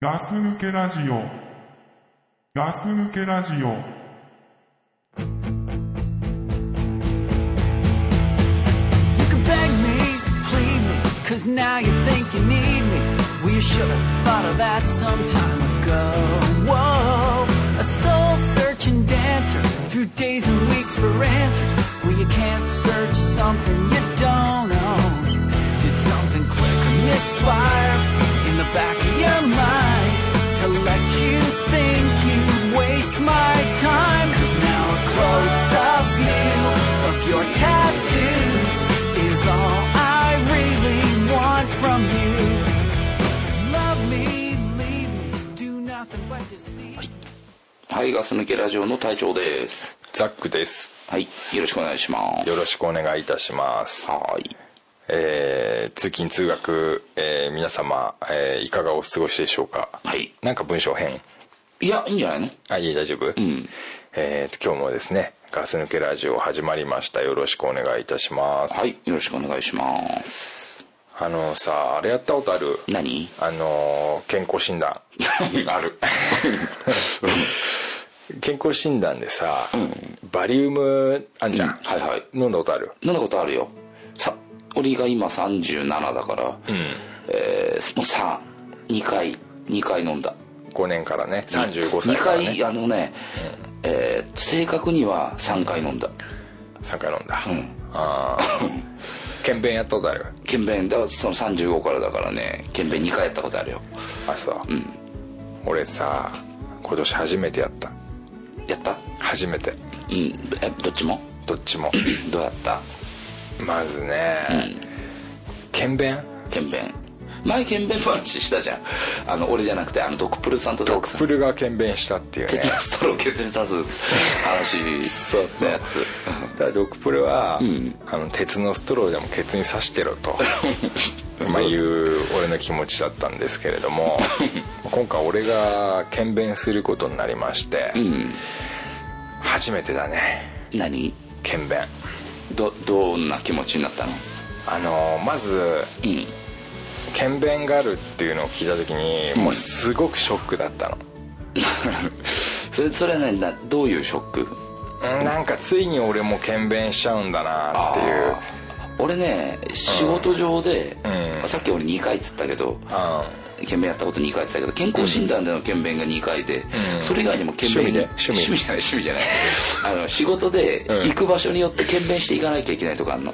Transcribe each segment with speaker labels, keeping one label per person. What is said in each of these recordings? Speaker 1: ガス抜けラジオ。ガス抜けラジオ。
Speaker 2: You can beg me, plead me, cause now you think you need me. We should have thought of that some time ago. Whoa, a soul searching dancer through days and weeks for answers. Well, you can't search something you don't own. Did something click or misfire in the back of your mind to let you think you waste my time? Cause now a close up view of your tattoos is all I really want from you. Love me, leave me, do nothing but deceive.
Speaker 3: はい、ガス抜けラジオの隊長です。
Speaker 4: ザックです。
Speaker 3: はい、よろしくお願いします。
Speaker 4: よろしくお願いいたします。
Speaker 3: はい。
Speaker 4: えー通勤通学、えー皆様、えーいかがお過ごしでしょうか。
Speaker 3: はい。
Speaker 4: なんか文章変
Speaker 3: いや、いいんじゃないの
Speaker 4: あ、いい、大丈夫
Speaker 3: ん
Speaker 4: えーと、今日もですね、ガス抜けラジオ始まりました。よろしくお願いいたします。
Speaker 3: はい、よろしくお願いします。
Speaker 4: あのさ、あれやったことある
Speaker 3: 何
Speaker 4: あのー健康診断。
Speaker 3: ある。
Speaker 4: 健康診断でさ、バリウムあんじゃん。
Speaker 3: うんはいはい
Speaker 4: 飲んだことある
Speaker 3: 飲んだことあるよ。さ、俺が今37だから、えーもうさ、2回、2回飲んだ。
Speaker 4: ?5 年からね、35歳から、
Speaker 3: 2
Speaker 4: ね。
Speaker 3: 回、あのね、えーっと正確には3回飲んだ。
Speaker 4: 3回飲んだ。
Speaker 3: うん。
Speaker 4: ああ。検便やったことある
Speaker 3: 検便、だからその35からだからね、検便2回やったことあるよ。
Speaker 4: あそう、俺さ今年初めてやった
Speaker 3: やった
Speaker 4: 初めて
Speaker 3: うん、え、どっちも
Speaker 4: どっちも
Speaker 3: どうやった
Speaker 4: まずね検便
Speaker 3: 検便前検便話したじゃんあの俺じゃなくてあのドクプルさんとザックさ
Speaker 4: プ
Speaker 3: ん
Speaker 4: ルが検便したっていうね
Speaker 3: 血圧とロケツに刺す話
Speaker 4: そうそう
Speaker 3: のやつ
Speaker 4: だからドクプルは、あの鉄のストローでもケツに刺してろとまあいう俺の気持ちだったんですけれども今回俺が検便することになりまして、初めてだね
Speaker 3: 何
Speaker 4: 検便
Speaker 3: どどんな気持ちになったの
Speaker 4: あのまず
Speaker 3: うん
Speaker 4: 検便があるっていうのを聞いた時にもうすごくショックだったの、
Speaker 3: それそれは何だどういうショック
Speaker 4: うんなんかついに俺も検便しちゃうんだなっていう
Speaker 3: 俺ね仕事上で、
Speaker 4: うん
Speaker 3: さっき俺2回っつったけど検便やったこと2回っつったけど健康診断での検便が2回で、
Speaker 4: うん
Speaker 3: それ以外にも検便に
Speaker 4: 趣味で趣味
Speaker 3: じゃない趣味じゃないあの仕事で
Speaker 4: うん
Speaker 3: 行く場所によって検便していかなきゃいけないとかあんの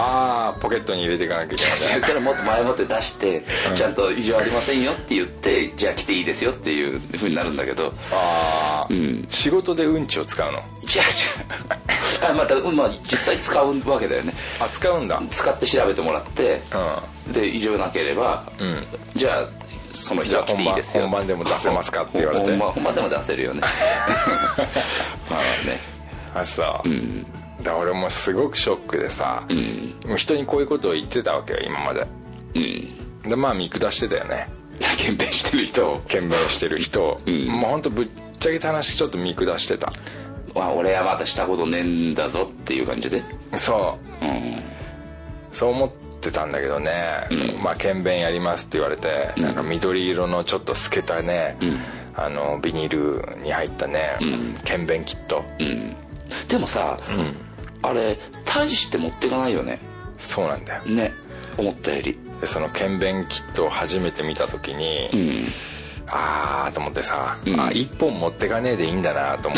Speaker 4: ああポケットに入れていかなきゃいけない
Speaker 3: 違うそれもっと前もって出して、ちゃんと異常ありませんよって言ってじゃあ来ていいですよっていうふうになるんだけど
Speaker 4: ああ、
Speaker 3: ん
Speaker 4: 仕事でうんちを使うの
Speaker 3: じゃ あ違うあまた、うんまあ、実際使うわけだよね
Speaker 4: あ使うんだうん
Speaker 3: 使って調べてもらって、で異常なければ、
Speaker 4: ん
Speaker 3: じゃあその人は来ていいですよ
Speaker 4: じゃあ本番本番でも出せますかって言われて
Speaker 3: ほん本番本番でも出せるよ ねまあね
Speaker 4: あそう、だから俺もすごくショックでさ、
Speaker 3: ん
Speaker 4: もう人にこういうことを言ってたわけよ今まで
Speaker 3: うん
Speaker 4: でまあ見下してたよね
Speaker 3: 検便してる人を
Speaker 4: 検便してる人を、
Speaker 3: ん
Speaker 4: もう本当ぶっちゃけた話ちょっと見下してた
Speaker 3: まあ俺はまだしたことねえんだぞっていう感じで
Speaker 4: そう
Speaker 3: うん
Speaker 4: そう思ってたんだけどね、まあ検便やりますって言われて、なんか緑色のちょっと透けたね、あのビニールに入ったね、検便キット、
Speaker 3: うんでもさ、あれ大して持ってかないよね
Speaker 4: そうなんだよ
Speaker 3: ね思ったより
Speaker 4: でその検便キットを初めて見た時に、
Speaker 3: うん
Speaker 4: ああと思ってさ、
Speaker 3: ん
Speaker 4: あ1本持ってかねえでいいんだなと思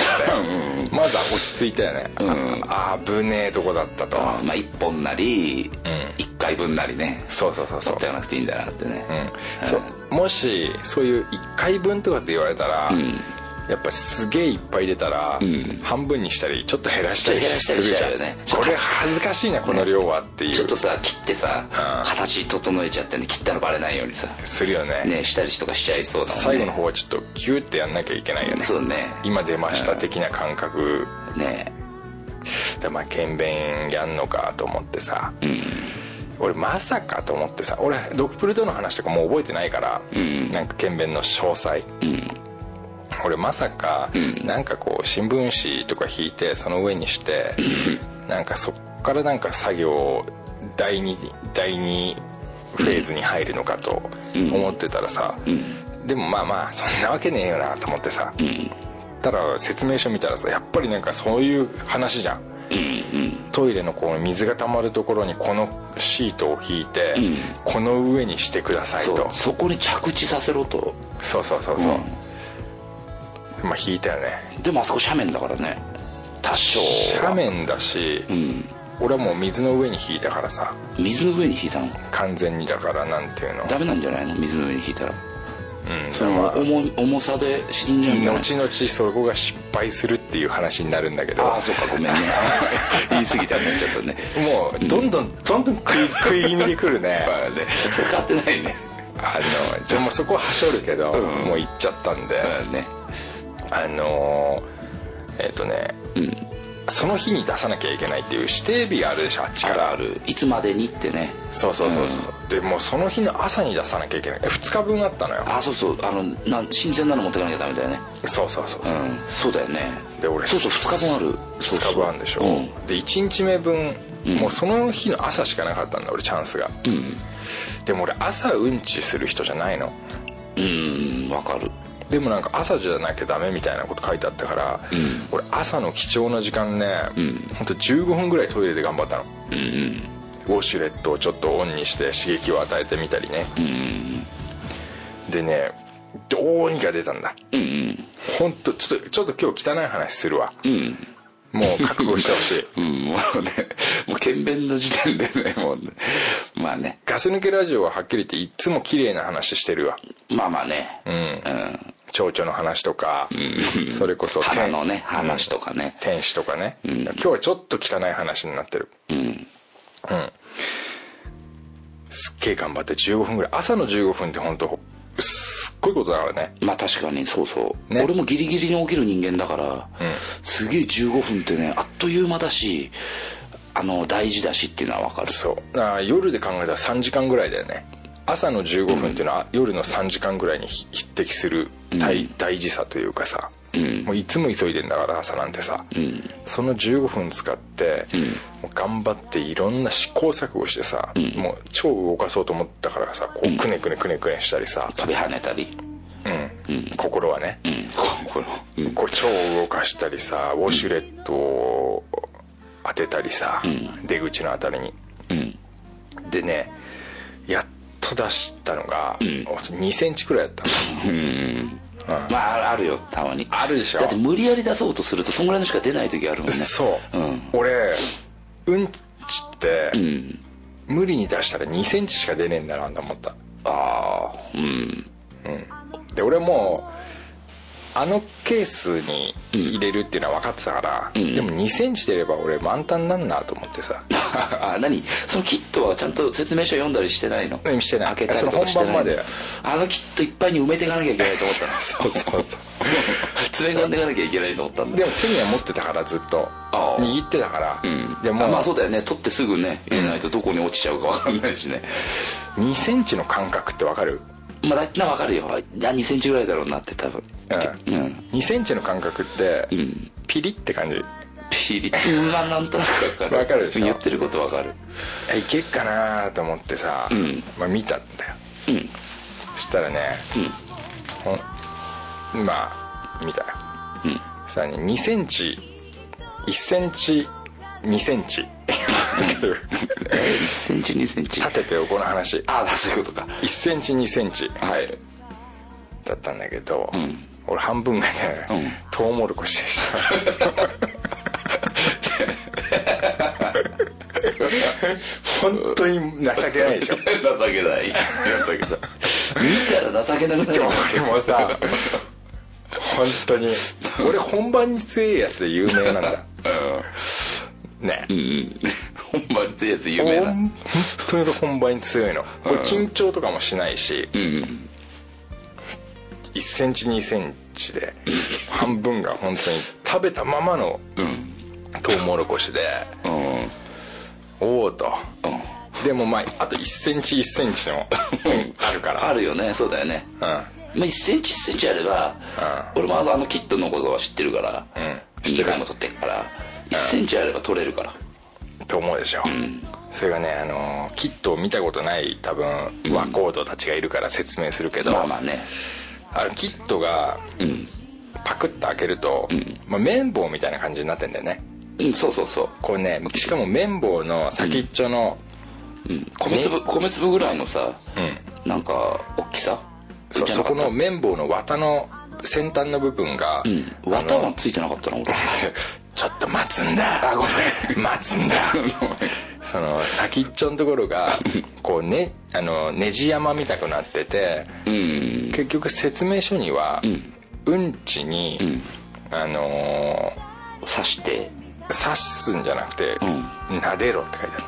Speaker 4: ってまずは落ち着いたよね、
Speaker 3: ん
Speaker 4: ああぶねえとこだったと、
Speaker 3: あーまあ1本なり、
Speaker 4: ん
Speaker 3: 一1回分なりね
Speaker 4: そうそうそうそ
Speaker 3: 持
Speaker 4: う
Speaker 3: ってかなくていいんだなってね、
Speaker 4: うん、そうもしそういう1回分とかって言われたら、やっぱすげえいっぱい出たら、半分にしたりちょっと減らしたりするじゃ
Speaker 3: ちょっと減らしたりし
Speaker 4: ん
Speaker 3: ちゃうよね
Speaker 4: これ恥ずかしいなこの量はっていう、
Speaker 3: ちょっとさ切ってさ、
Speaker 4: うん
Speaker 3: 形整えちゃってね切ったらバレないようにさ
Speaker 4: するよね
Speaker 3: ねしたりとかしちゃいそうだもんね
Speaker 4: 最後の方はちょっとキューってやんなきゃいけないよね
Speaker 3: そうね
Speaker 4: 今出ました的な感覚
Speaker 3: ね
Speaker 4: でまあ検便やんのかと思ってさ、俺まさかと思ってさ俺ドクプルとの話とかもう覚えてないから、なんか検便の詳細、俺まさか、なんかこう新聞紙とか引いてその上にして、なんかそっからなんか作業第2第2フレーズに入るのかと思ってたらさ、でもまあまあそんなわけねえよなと思ってさ、ただ説明書見たらさやっぱりなんかそういう話じゃん、トイレのこう水が溜まるところにこのシートを引いて、
Speaker 3: ん
Speaker 4: この上にしてください
Speaker 3: そう
Speaker 4: と
Speaker 3: そこに着地させろと
Speaker 4: そうそうそうそう、まあ引いたよね
Speaker 3: でもあそこ斜面だからね多少は
Speaker 4: 斜面だし、
Speaker 3: うん
Speaker 4: 俺はもう水の上に引いたからさ
Speaker 3: 水の上に引いたの
Speaker 4: 完全にだからなんていうの
Speaker 3: ダメなんじゃないの水の上に引いたら
Speaker 4: うん
Speaker 3: それも重重さで死んじゃうんじゃない
Speaker 4: 後々そこが失敗するっていう話になるんだけど
Speaker 3: ああそうかごめんね 言い過ぎたねちょっとね
Speaker 4: もうどんどんどんどん 食い食い気味でくるね
Speaker 3: まあねそれ買ってないね
Speaker 4: あのじゃあもうそこははしょるけど、
Speaker 3: うん
Speaker 4: もう行っちゃったんで、
Speaker 3: ね
Speaker 4: あのーえっ、とね、その日に出さなきゃいけないっていう指定日があるでしょあっち
Speaker 3: あ
Speaker 4: か
Speaker 3: る
Speaker 4: ら
Speaker 3: あるいつまでにってね
Speaker 4: そうそうそうそう、でもうその日の朝に出さなきゃいけない2日分あったのよ
Speaker 3: ああそうそうあのなん新鮮なの持ってかなきゃダメだよね
Speaker 4: そうそうそう
Speaker 3: う
Speaker 4: そう、
Speaker 3: んそうだよね
Speaker 4: で俺
Speaker 3: そうそう2日分あるそう
Speaker 4: 2
Speaker 3: そう
Speaker 4: 日分あるでしょ、
Speaker 3: うん
Speaker 4: で1日目分、
Speaker 3: ん
Speaker 4: もうその日の朝しかなかったんだ俺チャンスが、
Speaker 3: うん
Speaker 4: でも俺朝うんちする人じゃないの
Speaker 3: うんわかる
Speaker 4: でもなんか朝じゃなきゃダメみたいなこと書いてあったから、
Speaker 3: ん
Speaker 4: 俺朝の貴重な時間ね、
Speaker 3: ん
Speaker 4: ほんと15分ぐらいトイレで頑張ったの
Speaker 3: うんうん
Speaker 4: ウォシュレットをちょっとオンにして刺激を与えてみたりね
Speaker 3: うん
Speaker 4: でねどうにか出たんだ
Speaker 3: うんうん
Speaker 4: 本当ちょっとちょっと今日汚い話するわ
Speaker 3: うん
Speaker 4: もう覚悟してほしい
Speaker 3: うん もうねもう検便の時点でねもうねまあね
Speaker 4: ガス抜けラジオははっきり言っていつも綺麗な話してるわ
Speaker 3: まあまあね
Speaker 4: うん、
Speaker 3: うん
Speaker 4: 蝶々の話とか、それこそ
Speaker 3: 花のね
Speaker 4: 天
Speaker 3: 話とかね
Speaker 4: 天使とかね、今日はちょっと汚い話になってる
Speaker 3: うん
Speaker 4: うんすっげえ頑張って15分ぐらい朝の15分って本当すっごいことだからね
Speaker 3: まあ確かにそうそう、
Speaker 4: ね
Speaker 3: 俺もギリギリに起きる人間だから、
Speaker 4: ん
Speaker 3: すげえ15分ってねあっという間だしあの大事だしっていうのは分かる
Speaker 4: そうだから夜で考えたら3時間ぐらいだよね朝の15分っていうのは夜の3時間ぐらいに匹匹敵する大,、大事さというかさ、もういつも急いでんだから朝なんてさ、その15分使って、もう頑張っていろんな試行錯誤してさ、もう超動かそうと思ったからさこうくねくねくねくねしたりさ、
Speaker 3: 飛び跳ねたり
Speaker 4: うん心はね、
Speaker 3: うんこれうん
Speaker 4: こう超動かしたりさウォシュレットを当てたりさ、出口のあたりに
Speaker 3: うん
Speaker 4: でねやっと出したのが、2センチくらいだったの
Speaker 3: まああるよたまに
Speaker 4: あるでしょ
Speaker 3: だって無理やり出そうとするとそんぐらいのしか出ない時あるもんね
Speaker 4: そう、
Speaker 3: うん
Speaker 4: 俺うんちって、
Speaker 3: うん
Speaker 4: 無理に出したら2センチしか出ねえんだなと思った
Speaker 3: ああうん
Speaker 4: で俺もうあのケースに入れるっていうのは分かってたから、でも2センチ出れば俺満タンなんなと思ってさ
Speaker 3: あ何そのキットはちゃんと説明書読んだりしてないの
Speaker 4: うんしてない
Speaker 3: 開けたりとかして
Speaker 4: そ
Speaker 3: な
Speaker 4: の
Speaker 3: い
Speaker 4: 本番まで
Speaker 3: あのキットいっぱいに埋めていかなきゃいけないと思 ったの
Speaker 4: そうそうそう
Speaker 3: 詰め込んでいかなきゃいけないと思ったんだ
Speaker 4: でも手には持ってたからずっと
Speaker 3: ああ
Speaker 4: 握ってたから、
Speaker 3: うん
Speaker 4: でも
Speaker 3: あまあそうだよね取ってすぐね入れないとどこに落ちちゃうか分かんないしね、
Speaker 4: 2センチの間隔ってわかる、
Speaker 3: まあだってな分かるよじゃあ2センチぐらいだろうなって多分
Speaker 4: うん
Speaker 3: うん
Speaker 4: 2センチの間隔って、
Speaker 3: ん
Speaker 4: ピリって感じ
Speaker 3: ピリッまあなんとなく分かる
Speaker 4: わかるでしょ
Speaker 3: 言ってること分かる
Speaker 4: えいけっかなと思ってさ、
Speaker 3: ん
Speaker 4: まあ、見たんだよ、
Speaker 3: ん
Speaker 4: そしたらね、ほんまあ見たよ、さらに2センチ1センチ2センチ
Speaker 3: 1センチ2センチあ
Speaker 4: 縦と横の話
Speaker 3: あそういうことか
Speaker 4: 1センチ2センチはいだったんだけど、
Speaker 3: ん
Speaker 4: 俺半分がね、
Speaker 3: うん
Speaker 4: トウモロコシでした本当に情けないでしょ
Speaker 3: 情けない情けない見たら情けなくなる
Speaker 4: 俺もさ本当に俺本番に強いやつで有名なんだね
Speaker 3: ほんまに強いやつ有
Speaker 4: 本
Speaker 3: 名な
Speaker 4: 本当に俺本番に強いの俺緊張とかもしないし、
Speaker 3: うん
Speaker 4: 1センチ2センチで半分が本当に食べたままの
Speaker 3: うん
Speaker 4: トウモロコシで
Speaker 3: うん
Speaker 4: おおと
Speaker 3: うん
Speaker 4: でもまああと1センチ1センチのうんあるから
Speaker 3: あるよねそうだよね
Speaker 4: う
Speaker 3: まあ、1センチ1センチあれば、俺もあのあのキットのことは知ってるから、
Speaker 4: ん
Speaker 3: 2回も取ってるから1センチあれば取れるから
Speaker 4: んと思うでしょ、それがねあのーキットを見たことない多分和コードたちがいるから説明するけど、
Speaker 3: まあまあね
Speaker 4: あのキットが
Speaker 3: うん
Speaker 4: パクッと開けると、まあ、綿棒みたいな感じになってんだよね
Speaker 3: うんそうそうそう
Speaker 4: これねしかも綿棒の先っちょの、
Speaker 3: 米粒米粒ぐらいのさ、
Speaker 4: う
Speaker 3: なんか大きさ
Speaker 4: そう
Speaker 3: じゃ
Speaker 4: そ
Speaker 3: なか
Speaker 4: こ
Speaker 3: った
Speaker 4: の綿棒の綿の先端の部分が、
Speaker 3: うん
Speaker 4: あの
Speaker 3: 綿はついてなかったな俺
Speaker 4: ちょっと待つんだ
Speaker 3: あご
Speaker 4: 待つんだ
Speaker 3: ごめん
Speaker 4: その先っちょのところがこうねあのネジ山みたくなってて、
Speaker 3: うん
Speaker 4: 結局説明書には、
Speaker 3: ん
Speaker 4: うんちに、あの
Speaker 3: 刺して
Speaker 4: ー刺すんじゃなくて、
Speaker 3: ん
Speaker 4: 撫でろって書いて
Speaker 3: あ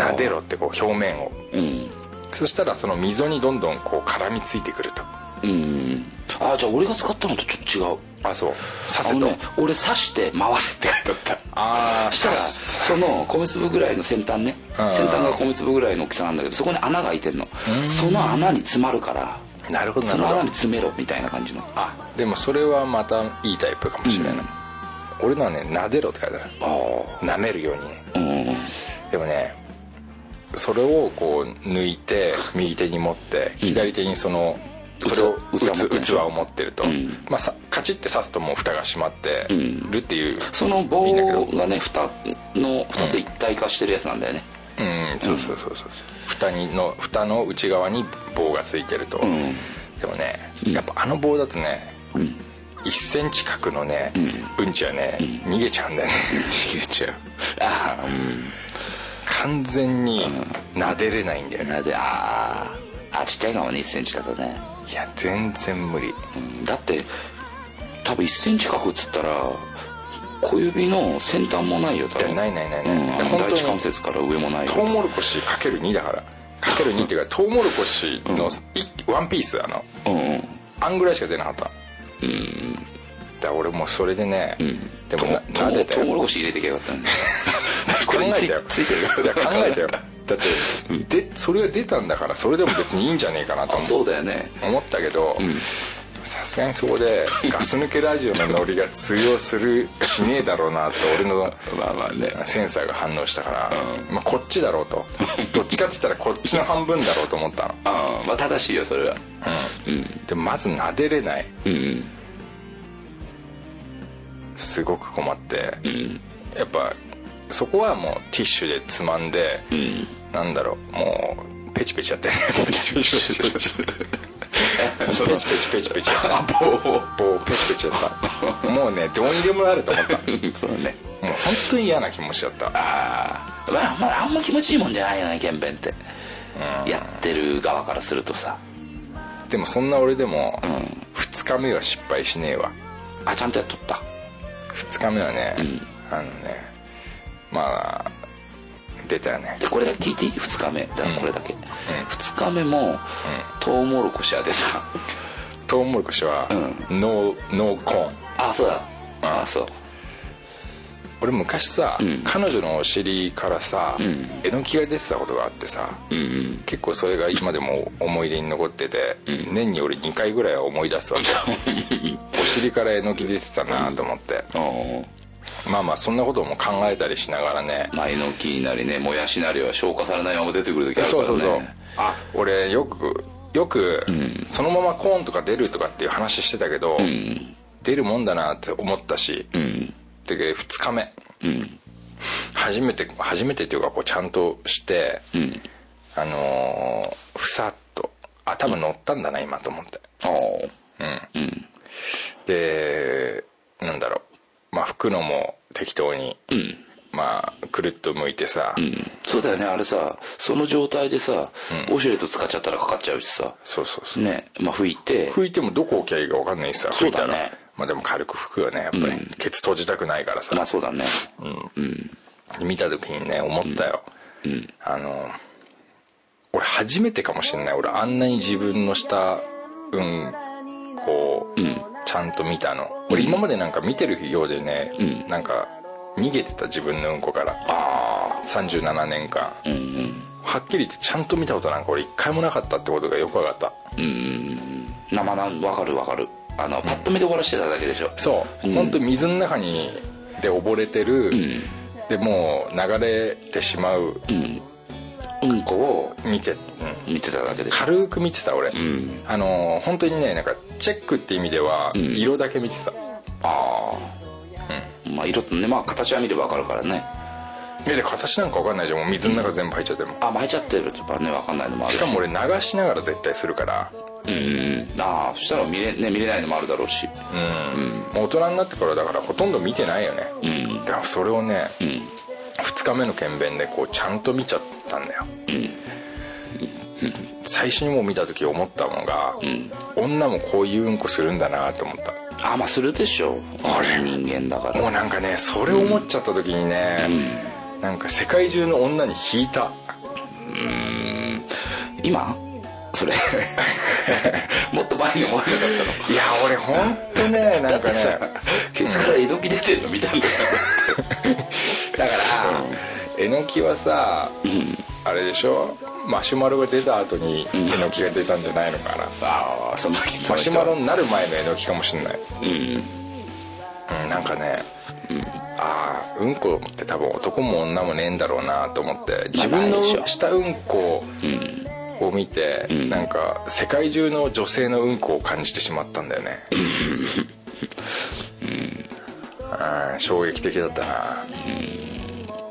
Speaker 4: ある撫でろってこう表面を
Speaker 3: うん
Speaker 4: そしたらその溝にどんどんこう絡みついてくると
Speaker 3: うんああじゃあ俺が使ったのとちょっと違う
Speaker 4: あそう刺
Speaker 3: あ
Speaker 4: せ
Speaker 3: の
Speaker 4: と、
Speaker 3: ね俺刺して回せって書い てあった
Speaker 4: ああ
Speaker 3: したらその米粒ぐらいの先端ね
Speaker 4: うん
Speaker 3: 先端が米粒ぐらいの大きさなんだけどそこに穴が開いてるのその穴に詰まるから
Speaker 4: なるほどな
Speaker 3: そ
Speaker 4: る
Speaker 3: の
Speaker 4: ほ
Speaker 3: 穴に
Speaker 4: ど
Speaker 3: 詰めろみたいな感じのあ
Speaker 4: でもそれはまたいいタイプかもしれない、俺のはね「撫でろ」って書いてある
Speaker 3: ああ
Speaker 4: 舐めるようにね
Speaker 3: うん
Speaker 4: でもねそれをこう抜いて右手に持って左手にその、
Speaker 3: 器
Speaker 4: それを
Speaker 3: 器持ってる
Speaker 4: 器器を持ってると、
Speaker 3: うん
Speaker 4: まあ、さカチッて刺すともう蓋が閉まって
Speaker 3: ん
Speaker 4: るっていう、
Speaker 3: その
Speaker 4: いい
Speaker 3: 棒
Speaker 4: んだけど
Speaker 3: がね蓋の蓋と一体化してるやつなんだよね
Speaker 4: うんそうそうそうそう蓋にの蓋の内側に棒がついてると、
Speaker 3: ん
Speaker 4: でもねやっぱあの棒だとね、1センチ角のね、うん、ちはね、逃げちゃうんだよね逃げちゃう
Speaker 3: ああうん
Speaker 4: 完全に撫でれないんだよね
Speaker 3: なぜあーあちっちゃいかもね1センチだとね、
Speaker 4: いや全然無理
Speaker 3: うん、だって多分1センチ角っつったら小指の先端もないよ多
Speaker 4: いや
Speaker 3: 分
Speaker 4: ないないないない
Speaker 3: うんあの
Speaker 4: 本当
Speaker 3: 第
Speaker 4: に
Speaker 3: 一関節から上もないよ
Speaker 4: トウモロコシかける2だからかける2っていうかトウモロコシのいワンピースあの
Speaker 3: うんうん
Speaker 4: あんぐらいしか出なかっただから俺もうそれでね、でもな
Speaker 3: トウ
Speaker 4: 撫でた
Speaker 3: トウモロ
Speaker 4: よ
Speaker 3: コシ入れてけばよかったん だ
Speaker 4: 考えたよ
Speaker 3: ついてる
Speaker 4: いや考えたよだってでそれが出たんだからそれでも別にいいんじゃねえかな と
Speaker 3: あ
Speaker 4: 思
Speaker 3: そううだよね
Speaker 4: 思ったけどさすがにそこでガス抜けラジオのノリが通用するしねえだろうなと俺の
Speaker 3: まあまあね
Speaker 4: センサーが反応したから、まあ、こっちだろうとどっちかっつったらこっちの半分だろうと思ったの
Speaker 3: ああまあ正しいよそれは
Speaker 4: でもまず撫でれない
Speaker 3: うん
Speaker 4: すごく困って
Speaker 3: うん
Speaker 4: やっぱそこはもうティッシュでつまんで、
Speaker 3: うん
Speaker 4: なんだろうもうペチペチやってペチペチペチペチペチペチペチペチペチやった棒をペチペチやったもうねどうにでもなると思ったもう
Speaker 3: うんそうだね
Speaker 4: 本当に嫌な気持ちだった
Speaker 3: ああまあまああんま気持ちいいもんじゃないよね剣弁ってやってる側からするとさ
Speaker 4: でもそんな俺でも
Speaker 3: ん
Speaker 4: 2日目は失敗しねえわ
Speaker 3: あちゃんとやっとった
Speaker 4: 2日目はね、あのねまあ出たよね
Speaker 3: でこれだけ聞いていい2日目だからこれだけ、2日目も、トウモロコシは出た
Speaker 4: トウモロコシは、ノーノーコーン
Speaker 3: あそうだあそう
Speaker 4: 俺昔さ、
Speaker 3: ん
Speaker 4: 彼女のお尻からさ、
Speaker 3: ん
Speaker 4: えのきが出てたことがあってさ、
Speaker 3: うんうん
Speaker 4: 結構それが今でも思い出に残ってて、年に俺2回ぐらいは思い出すわ けお尻からえのき出てたなと思って、
Speaker 3: あ
Speaker 4: まあまあそんなことも考えたりしながらね、
Speaker 3: あ前の木なりねもやしなりは消化されないまま出てくる時あるか
Speaker 4: そ
Speaker 3: ら、
Speaker 4: う
Speaker 3: ね、
Speaker 4: そうそうあ俺よくよく、そのままコーンとか出るとかっていう話してたけど、
Speaker 3: うん
Speaker 4: 出るもんだなって思ったし、
Speaker 3: うん
Speaker 4: で2日目
Speaker 3: うん
Speaker 4: 初めて初めてっていうかこうちゃんとして、
Speaker 3: うん
Speaker 4: あのーふさっとあ多分乗ったんだな今と思って
Speaker 3: ああ
Speaker 4: でなんだろうまあ拭くのも適当に、まあくるっと向いてさ、
Speaker 3: うんそうだよねあれさその状態でさ、オシュレット使っちゃったらかかっちゃうしさ
Speaker 4: そうそうそう、
Speaker 3: ねまあ拭いて
Speaker 4: 拭いてもどこ置きゃいいか分かんないしさ
Speaker 3: そう
Speaker 4: 拭いた
Speaker 3: だ
Speaker 4: ら、
Speaker 3: ね
Speaker 4: まあでも軽く拭くよねやっぱり、
Speaker 3: うん
Speaker 4: ケツ閉じたくないからさ、
Speaker 3: まあそうだね
Speaker 4: 見た時にね思ったよ、あの俺初めてかもしれない俺あんなに自分のしたうんこう、ちゃんと見たの俺今までなんか見てるようでね、なんか逃げてた自分のうんこからあ37年間、
Speaker 3: うんうん
Speaker 4: はっきり言ってちゃんと見たことなんか俺一回もなかったってことがよく分かった
Speaker 3: うん生なんわかるわかるあのパッと見で終わらしてただけでしょ
Speaker 4: そう、
Speaker 3: うん
Speaker 4: 本当に水の中にで溺れてる、
Speaker 3: ん
Speaker 4: でもう流れてしまう
Speaker 3: うんうんこを
Speaker 4: 見て、うん、
Speaker 3: 見てただけでしょ
Speaker 4: 軽く見てた俺、
Speaker 3: ん
Speaker 4: あのー本当にねなんかチェックって意味では
Speaker 3: ん
Speaker 4: 色だけ見てた、
Speaker 3: ああまあ色とねまあ形は見ればわかるからね
Speaker 4: いやで形なんか分かんないじゃんもう水の中全部入っちゃっても、
Speaker 3: あ巻いちゃってるとかねわかんないのもある
Speaker 4: しかも俺流しながら絶対するから
Speaker 3: うんうんああそしたら見れ,、ね、見れないのもあるだろうし
Speaker 4: うん、もう大人になってからだからほとんど見てないよね、
Speaker 3: ん
Speaker 4: だからそれをね、
Speaker 3: ん
Speaker 4: 2日目の検便でこうちゃんと見ちゃったんだよ、最初にもう見た時思ったのが、女もこういううんこするんだなと思った
Speaker 3: ああまあするでしょ
Speaker 4: あれ
Speaker 3: 人間だから
Speaker 4: もうなんかねそれを思っちゃった時にね、なんか世界中の女に引いた
Speaker 3: 今 それもっと前に思わなかったの
Speaker 4: いや俺ほんとねなんかね
Speaker 3: ケツから江戸木出てるの見たんだよ
Speaker 4: だから、えのきはさ、あれでしょマシュマロが出た後にえのきが出たんじゃないのかな、
Speaker 3: ああその人
Speaker 4: マシュマロになる前のえのきかもしんない、
Speaker 3: うん
Speaker 4: うん、なんかね、ああうんこって多分男も女もねえんだろうなと思って自分
Speaker 3: な
Speaker 4: の
Speaker 3: いでしょ
Speaker 4: したうんこを見て、なんか世界中の女性のうんこを感じてしまったんだよねあー衝撃的だったな、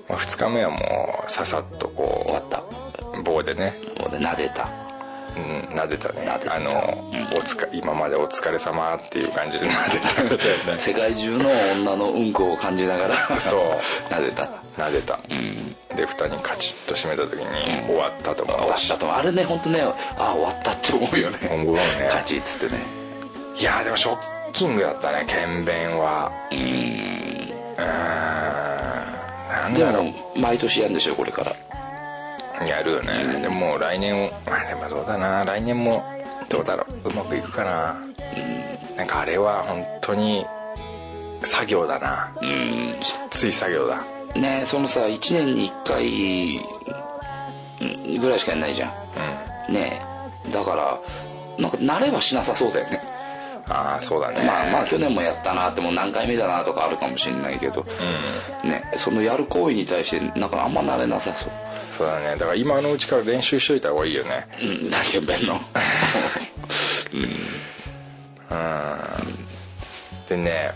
Speaker 4: まあ、2日目はもうささっと
Speaker 3: 終わ
Speaker 4: こ
Speaker 3: った
Speaker 4: う棒でね
Speaker 3: 俺撫でた
Speaker 4: うん、撫でたね
Speaker 3: 撫でた
Speaker 4: あの、おつか今までお疲れ様っていう感じで撫でたんだよね
Speaker 3: 世界中の女のうんこを感じながら
Speaker 4: そう
Speaker 3: 撫でた
Speaker 4: 撫でた、で蓋にカチッと閉めた時に終わったと思
Speaker 3: 終
Speaker 4: っ
Speaker 3: わ
Speaker 4: た
Speaker 3: っ
Speaker 4: した
Speaker 3: と思うあれね本当ねあ終わったって思うよね
Speaker 4: 思うね
Speaker 3: カチッつってね
Speaker 4: いやーでもショッキングだったね検便はうんなん
Speaker 3: で
Speaker 4: だろ
Speaker 3: も毎年やるんでしょこれから
Speaker 4: うやるよね、でも来年もまあでもそうだな来年もどうだろううまくいくかな、なんかあれは本当に作業だな、
Speaker 3: うん
Speaker 4: つい作業だ
Speaker 3: ねそのさ1年に1回ぐらいしかやんないじゃん、ねえだからなんか慣れはしなさそうだよね
Speaker 4: ああそうだね
Speaker 3: まあまあ去年もやったなってもう何回目だなとかあるかもしれないけど、ねそのやる行為に対してなんかあんま慣れなさそう
Speaker 4: そうだねだから今のうちから練習しといた方がいいよね
Speaker 3: うん何て言うん の
Speaker 4: でね、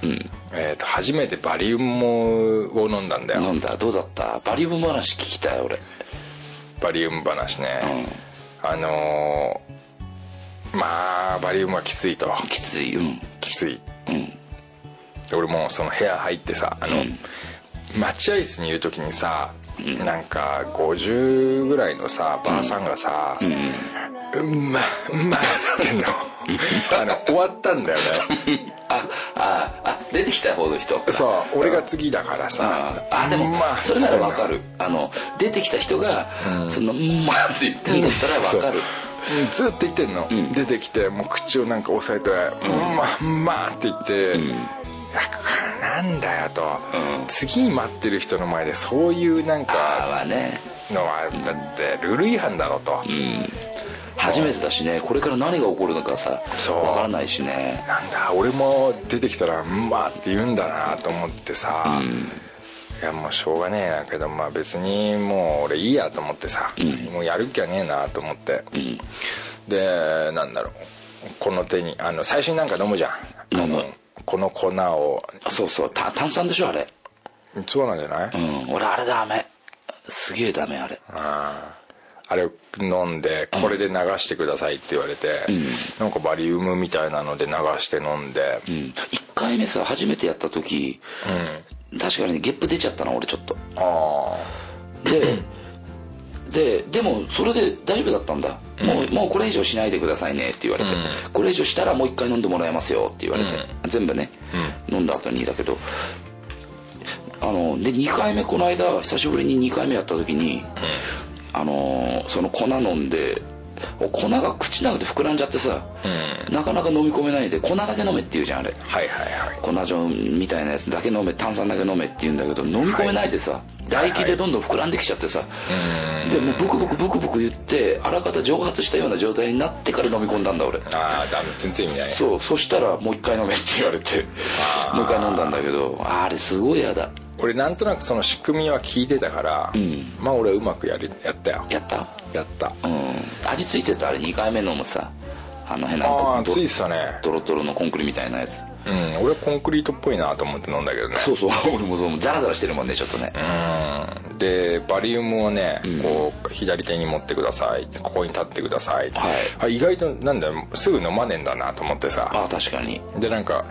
Speaker 4: えー、と初めてバリウムを飲んだんだよ、
Speaker 3: 飲んだどうだったバリウム話聞きたい俺
Speaker 4: バリウム話ね、あのーまあバリウムはきついと
Speaker 3: きついうん
Speaker 4: きつい
Speaker 3: うん
Speaker 4: で俺もその部屋入ってさあの、
Speaker 3: うん
Speaker 4: 待合室にいる時にさ、なんか50ぐらいのさばあさんがさ「うんまうんま」っつ ってんのあの終わったんだよね
Speaker 3: あああ出てきた方の人
Speaker 4: そう俺が次だからさ
Speaker 3: ああでも、
Speaker 4: うんま
Speaker 3: それならわか
Speaker 4: っ
Speaker 3: るあの出てきた人が、その「うんま」って言ってるんだったらわかる
Speaker 4: うんずっと言ってんの、出てきてもう口をなんか押さえて「うん、まあまあ」って言って「いやなんだよと」次に待ってる人の前でそういうなん
Speaker 3: ああ
Speaker 4: か
Speaker 3: はね
Speaker 4: のはだってルール違反だろと、
Speaker 3: 初めてだしねこれから何が起こるのかさ
Speaker 4: そう
Speaker 3: わからないしね
Speaker 4: なんだ俺も出てきたら「うんまあ」って言うんだなと思ってさ、いやもうしょうがねえなけどまあ別にもう俺いいやと思ってさ、もうやる気はねえなと思って、でなんだろうこの手にあの最初になんか飲むじゃん
Speaker 3: 飲む
Speaker 4: あのこの粉を
Speaker 3: あそうそうた炭酸でしょあれ
Speaker 4: そうなんじゃない、
Speaker 3: うん俺あれダメすげえダメあれ
Speaker 4: あーあれを飲んでこれで流してくださいって言われて、なんかバリウムみたいなので流して飲んで、
Speaker 3: うん1回目さ初めてやった時、確かにねゲップ出ちゃったな俺ちょっと
Speaker 4: あ
Speaker 3: でででもそれで大丈夫だったんだ、もうもうこれ以上しないでくださいねって言われて、これ以上したらもう一回飲んでもらえますよって言われて、全部ね、飲んだ後にだけどあので2回目この間久しぶりに2回目やった時に、あのーその粉飲んで粉が口の中で膨らんじゃってさ、なかなか飲み込めないで粉だけ飲めって言うじゃんあれ
Speaker 4: あはいはいはい
Speaker 3: 粉状みたいなやつだけ飲め炭酸だけ飲めって言うんだけど飲み込めないでさ、唾液でどんどん膨らんできちゃってさ、でもうブクブクブクブク言ってあらかた蒸発したような状態になってから飲み込んだんだ俺
Speaker 4: ああダメ全然意味ない
Speaker 3: そうそしたらもう一回飲めって言われてもう一回飲んだんだけどあれすごい嫌だ
Speaker 4: 俺なんとなくその仕組みは聞いてたから、
Speaker 3: ん
Speaker 4: まあ俺はうまくやりやったよ
Speaker 3: やった
Speaker 4: やった
Speaker 3: うん味付いてたあれ2回目のもさあの変な
Speaker 4: ああ
Speaker 3: ド
Speaker 4: ついてたね
Speaker 3: ドロドロのコンクリみたいなやつ
Speaker 4: うん俺はコンクリートっぽいなと思って飲んだけどね
Speaker 3: そうそう俺もそうザラザラしてるもんねちょっとね
Speaker 4: うんでバリウムをね、こう左手に持ってくださいここに立ってください、
Speaker 3: はい
Speaker 4: あ意外となんだよすぐ飲まねえんだなと思ってさ
Speaker 3: ああ確かに
Speaker 4: でなんか、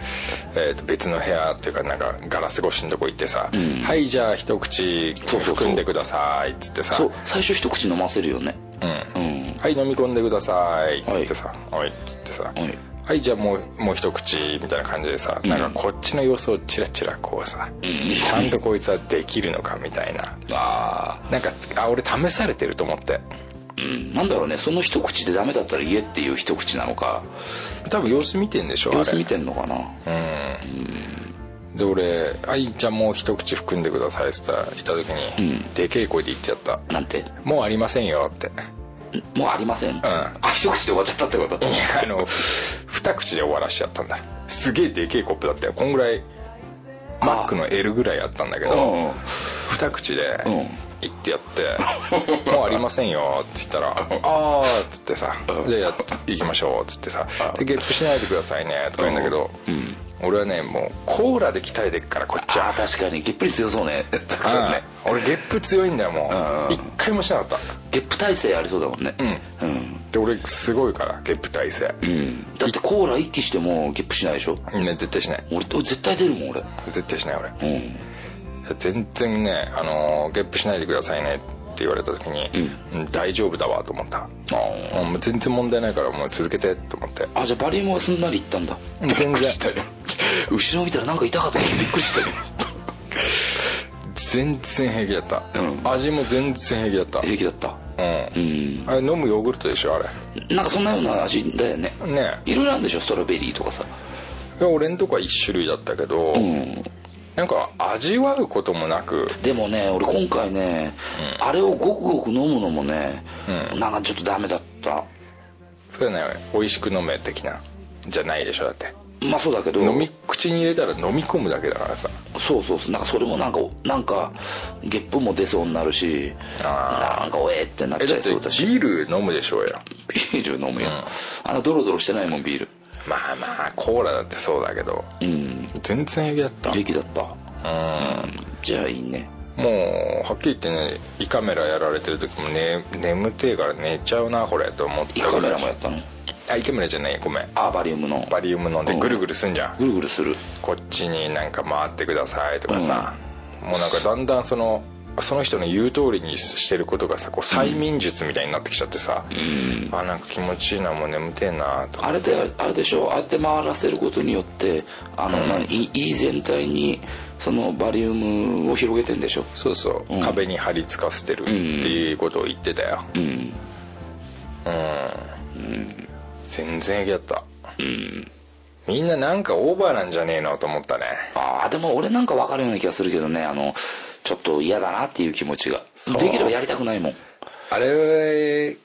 Speaker 4: えーと別の部屋っていうかなんかガラス越しのとこ行ってさ「はいじゃあ一口
Speaker 3: そうそうそう
Speaker 4: 含んでください」っつってさ
Speaker 3: そう最初一口飲ませるよね
Speaker 4: うん
Speaker 3: うん
Speaker 4: はい飲み込んでください」っつってさ「おい」っつってさ「
Speaker 3: い
Speaker 4: はいじゃあもうもう一口」みたいな感じでさ、なんかこっちの様子をチラチラこうさ、ちゃんとこいつはできるのかみたいな
Speaker 3: あ
Speaker 4: なんかあ俺試されてると思って
Speaker 3: ーうんなんだろうねその一口でダメだったら言えっていう一口なのか
Speaker 4: 多分様子見てんでしょあれ
Speaker 3: 様子見てんのかな
Speaker 4: で俺「はいじゃあもう一口含んでください」っつったらいた時に、でけえ声で言ってやった
Speaker 3: なんてん
Speaker 4: 「もうありませんよ」って
Speaker 3: もうありません、あ一口で終わっちゃったってこと
Speaker 4: いやあの二口で終わらしちゃったんだすげえでけえコップだったよこんぐらいマックの L ぐらいあったんだけ
Speaker 3: う
Speaker 4: ど
Speaker 3: んうん
Speaker 4: 二口で
Speaker 3: うん
Speaker 4: 行ってや って「もうありませんよ」って言ったら「ああ」っつってさ「じゃあやっ行きましょう」っつってさで「ゲップしないでくださいね」とか言うんだけど俺はねもうコーラで鍛えてっからこっち
Speaker 3: あ
Speaker 4: は
Speaker 3: あ確かにゲップに強そうねたくさんね
Speaker 4: うん俺ゲップ強いんだよ
Speaker 3: ん
Speaker 4: も
Speaker 3: うん
Speaker 4: う一回もしなかった
Speaker 3: ゲップ耐性ありそうだもんねうん、
Speaker 4: で俺すごいからゲップ耐性
Speaker 3: うんだってコーラ一気してもゲップしないでしょ
Speaker 4: ね絶対しない
Speaker 3: 俺俺絶対出るもん俺
Speaker 4: 絶対しない俺
Speaker 3: うん
Speaker 4: 全然ね、あのーゲップしないでくださいねって言われた時に、うん大丈夫だわと思った
Speaker 3: あー
Speaker 4: もう全然問題ないからもう続けてと思って
Speaker 3: あじゃあバリウムはすんなりいったんだ
Speaker 4: うん
Speaker 3: び
Speaker 4: 全然
Speaker 3: っくりしたよ後ろ見たらなんか痛かったけどびっくりしたよ
Speaker 4: 全然平気だった、
Speaker 3: うん
Speaker 4: 味も全然平気だっ
Speaker 3: 平気だった
Speaker 4: たう、
Speaker 3: うんん
Speaker 4: あれ飲むヨーグルトでしょあれ
Speaker 3: なんかそんなような味だよね
Speaker 4: ね
Speaker 3: いろいろあるんでしょストロベリーとかさ
Speaker 4: いや俺んとこは1種類だったけど、
Speaker 3: うん
Speaker 4: なんか味わうこともなく
Speaker 3: でもね俺今回ね、あれをごくごく飲むのもね、なんかちょっとダメだった
Speaker 4: そうだね美味しく飲め的なじゃないでしょだって
Speaker 3: まあそうだけど
Speaker 4: 飲み口に入れたら飲み込むだけだからさ
Speaker 3: そうそうそうなんかそれもなんかなんかゲップも出そうになるし
Speaker 4: あ
Speaker 3: なんかおえってなっ
Speaker 4: え
Speaker 3: ち
Speaker 4: だ
Speaker 3: ゃ
Speaker 4: っ
Speaker 3: い
Speaker 4: てビ
Speaker 3: そうだし
Speaker 4: ール飲むでしょうよ
Speaker 3: ビール飲むよ、あのドロドロしてないもんビール
Speaker 4: まあまあコーラだってそうだけど
Speaker 3: うん
Speaker 4: 全然平気だっ
Speaker 3: 平気だった
Speaker 4: た
Speaker 3: うんじゃあいいね
Speaker 4: うんもうはっきり言ってね胃カメラやられてる時も、ね、眠てえから寝ちゃうなこれと思って
Speaker 3: 胃カメラもやったの
Speaker 4: あ胃カメラじゃないごめん
Speaker 3: あバリウムの
Speaker 4: バリウム飲んでぐるぐるすんじゃん、
Speaker 3: ぐるぐるする
Speaker 4: こっちになんか回ってくださいとかさ、もうなんかだんだんそのその人の言う通りにしてることがさこう催眠術みたいになってきちゃってさ、あなんか気持ちいいなもう眠てえなとか
Speaker 3: あれであれでしょああやって回らせることによってあの、何胃胃全体にそのバリウムを広げてんでしょ
Speaker 4: そうそう、
Speaker 3: うん
Speaker 4: 壁に張り付かせてるっていうことを言ってたよ
Speaker 3: う
Speaker 4: うん、
Speaker 3: ん
Speaker 4: 全然平気だった、みんななんかオーバーなんじゃねえのと思ったね
Speaker 3: ああでも俺なんか分かるような気がするけどねあのちょっと嫌だなっていう気持ちが
Speaker 4: そう
Speaker 3: できればやりたくないもん
Speaker 4: あれ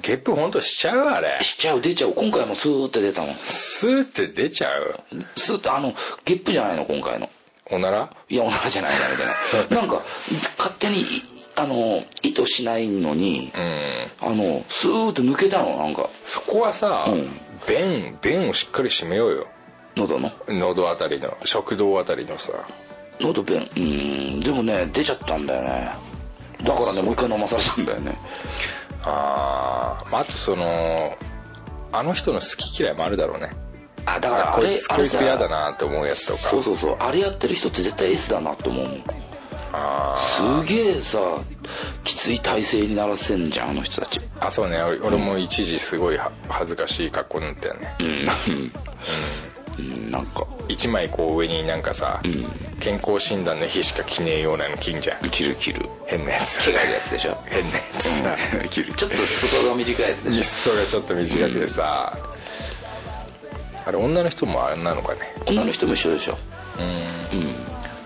Speaker 4: ゲップ本当しちゃうあれ
Speaker 3: しちゃう出ちゃう今回もスーって出たの
Speaker 4: スーって出ちゃう
Speaker 3: スーってあのゲップじゃないの今回の
Speaker 4: おなら
Speaker 3: いやおならじゃないなみたい ななんか勝手にいあの意図しないのに、
Speaker 4: うん
Speaker 3: あのスーって抜けたのなんか
Speaker 4: そこはさ、
Speaker 3: うん
Speaker 4: 便便をしっかり締めようよ
Speaker 3: 喉の
Speaker 4: 喉あたりの食道あたりのさ
Speaker 3: 喉ペンうーんでもね出ちゃったんだよねだからねもう一回飲まされたんだよね
Speaker 4: あー、まあ、あとそのあの人の好き嫌いもあるだろうね
Speaker 3: あだから
Speaker 4: あ
Speaker 3: あ
Speaker 4: こ
Speaker 3: れ
Speaker 4: いつ
Speaker 3: あ
Speaker 4: こ
Speaker 3: れ
Speaker 4: いつ
Speaker 3: さ
Speaker 4: 嫌だなって思うやつとか
Speaker 3: そうそうそうあれやってる人って絶対 S だなって思うもん
Speaker 4: あ
Speaker 3: すげえさきつい体勢にならせんじゃんあの人たち
Speaker 4: ーあそうね俺俺も一時すごいは恥ずかしい格好になったよね
Speaker 3: うんなんか
Speaker 4: 一枚こう上になんかさ、健康診断の日しか着ねえようなの着んじゃん
Speaker 3: 切る切 る
Speaker 4: 変なやつ
Speaker 3: 切るやつでしょ
Speaker 4: 変なやつさ、
Speaker 3: 切るちょっと裾が短いやつでし
Speaker 4: いっそがちょっと短くてさ、あれ女の人もあれなのかね
Speaker 3: ょ女の人も一緒でしょ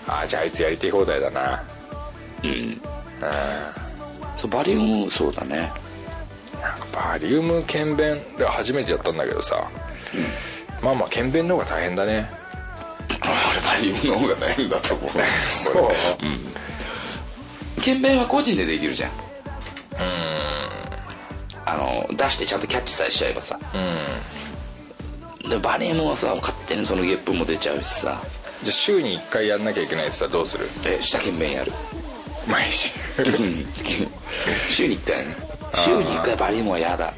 Speaker 4: ああじゃああいつやりてえ放題だな
Speaker 3: そうバリウムそうだね
Speaker 4: なんかバリウム検便で初めてやったんだけどさ、まあまあ検便の方が大変だね
Speaker 3: あ俺タイミングの方が大変だと思う
Speaker 4: そう
Speaker 3: これねうん検便は個人でできるじゃんあの出してちゃんとキャッチさえしちゃえばさでバリウムはさ勝手にそのゲップも出ちゃうしさ
Speaker 4: じゃあ週に1回やんなきゃいけないやつはどうする
Speaker 3: で下検便やる
Speaker 4: 毎週
Speaker 3: うん 週に1回ね週に1回バリウムはやだ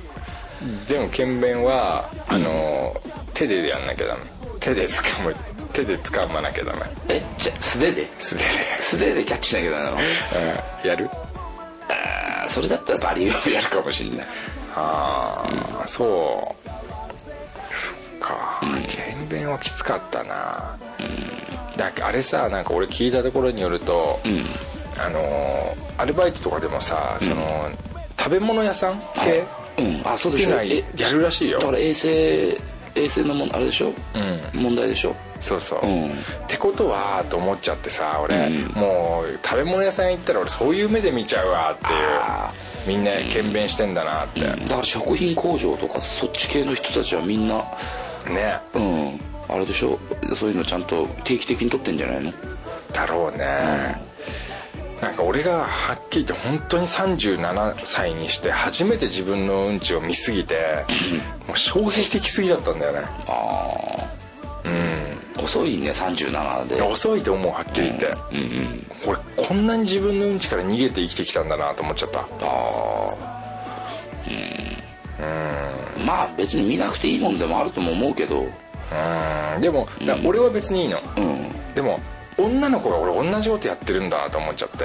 Speaker 4: でも検便はあの手でやんなきゃダメ手で掴む手で掴まなきゃダメ
Speaker 3: えじゃ素手で
Speaker 4: 素手で、
Speaker 3: 素手でキャッチしなきゃダメなの
Speaker 4: うん、やる
Speaker 3: あーそれだったらバリウムやるかもしんない
Speaker 4: ああ、そうそっか検便はきつかったな、だっけあれさなんか俺聞いたところによると、
Speaker 3: ん
Speaker 4: あのーアルバイトとかでもさその、食べ物屋さん系
Speaker 3: うんあそうでし
Speaker 4: って
Speaker 3: ょ
Speaker 4: ない
Speaker 3: え
Speaker 4: やるらしいよ
Speaker 3: だから衛生衛生のもんあれでしょ、
Speaker 4: うん
Speaker 3: 問題でしょ
Speaker 4: そうそう、
Speaker 3: うん
Speaker 4: ってことはと思っちゃってさ俺、
Speaker 3: うん
Speaker 4: もう食べ物屋さん行ったら俺そういう目で見ちゃうわって
Speaker 3: あ
Speaker 4: いうみんな検便してんだなって、
Speaker 3: だから食品工場とかそっち系の人たちはみんな
Speaker 4: ね
Speaker 3: うんあれでしょそういうのちゃんと定期的に取ってんじゃないの
Speaker 4: だろうね、なんか俺がはっきり言って本当に37歳にして初めて自分のうんちを見すぎて、もう衝撃的すぎだったんだよね
Speaker 3: ああうん遅いね37で
Speaker 4: 遅いと思うはっきり言って、
Speaker 3: うんうん
Speaker 4: 俺こんなに自分のうんちから逃げて生きてきたんだなと思っちゃった
Speaker 3: ああうんまあ別に見なくていいもんでもあるとも思うけど
Speaker 4: うんでもだから俺は別にいいの、
Speaker 3: うん
Speaker 4: でも女の子が俺同じことやってるんだと思っちゃって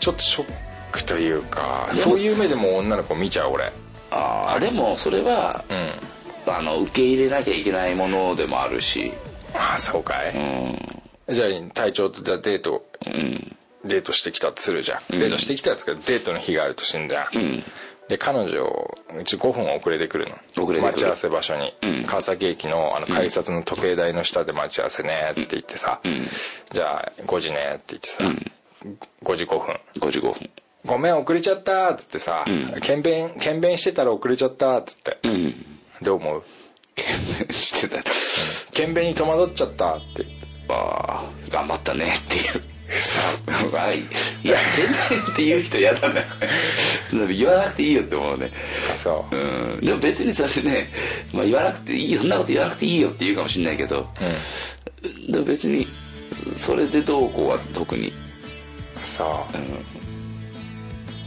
Speaker 4: ちょっとショックというか
Speaker 3: でも
Speaker 4: そういう目でも女の子見ちゃう俺
Speaker 3: ああでもそれは
Speaker 4: うん
Speaker 3: あの受け入れなきゃいけないものでもあるし
Speaker 4: ああそうか
Speaker 3: う
Speaker 4: い、
Speaker 3: ん
Speaker 4: じゃあ隊長とじゃあデート
Speaker 3: うん
Speaker 4: デートしてきたとするじゃん、デートしてきたやつがデートの日があると死んじゃん、
Speaker 3: ん
Speaker 4: で彼女をうち5分遅れてくるの
Speaker 3: 遅れてくる
Speaker 4: 待ち合わせ場所に、川崎駅のあの改札の時計台の下で待ち合わせねって言ってさ、じゃあ5時ねって言ってさ、5時5分
Speaker 3: 55分
Speaker 4: ごめん遅れちゃったっつってさ「検、便検便してたら遅れちゃった」っつって、
Speaker 3: うん
Speaker 4: どう思う
Speaker 3: 懸命してた
Speaker 4: 検便に戸惑っちゃったって
Speaker 3: ああ頑張ったねっていうさはいいや天然って言う人嫌だね言わなくていいよって思うね
Speaker 4: あそう、
Speaker 3: うんでも別にそれね、まあ、言わなくていいよそんなこと言わなくていいよって言うかもしれないけど、でも別にそそれでどうこうは特に
Speaker 4: そう、
Speaker 3: ん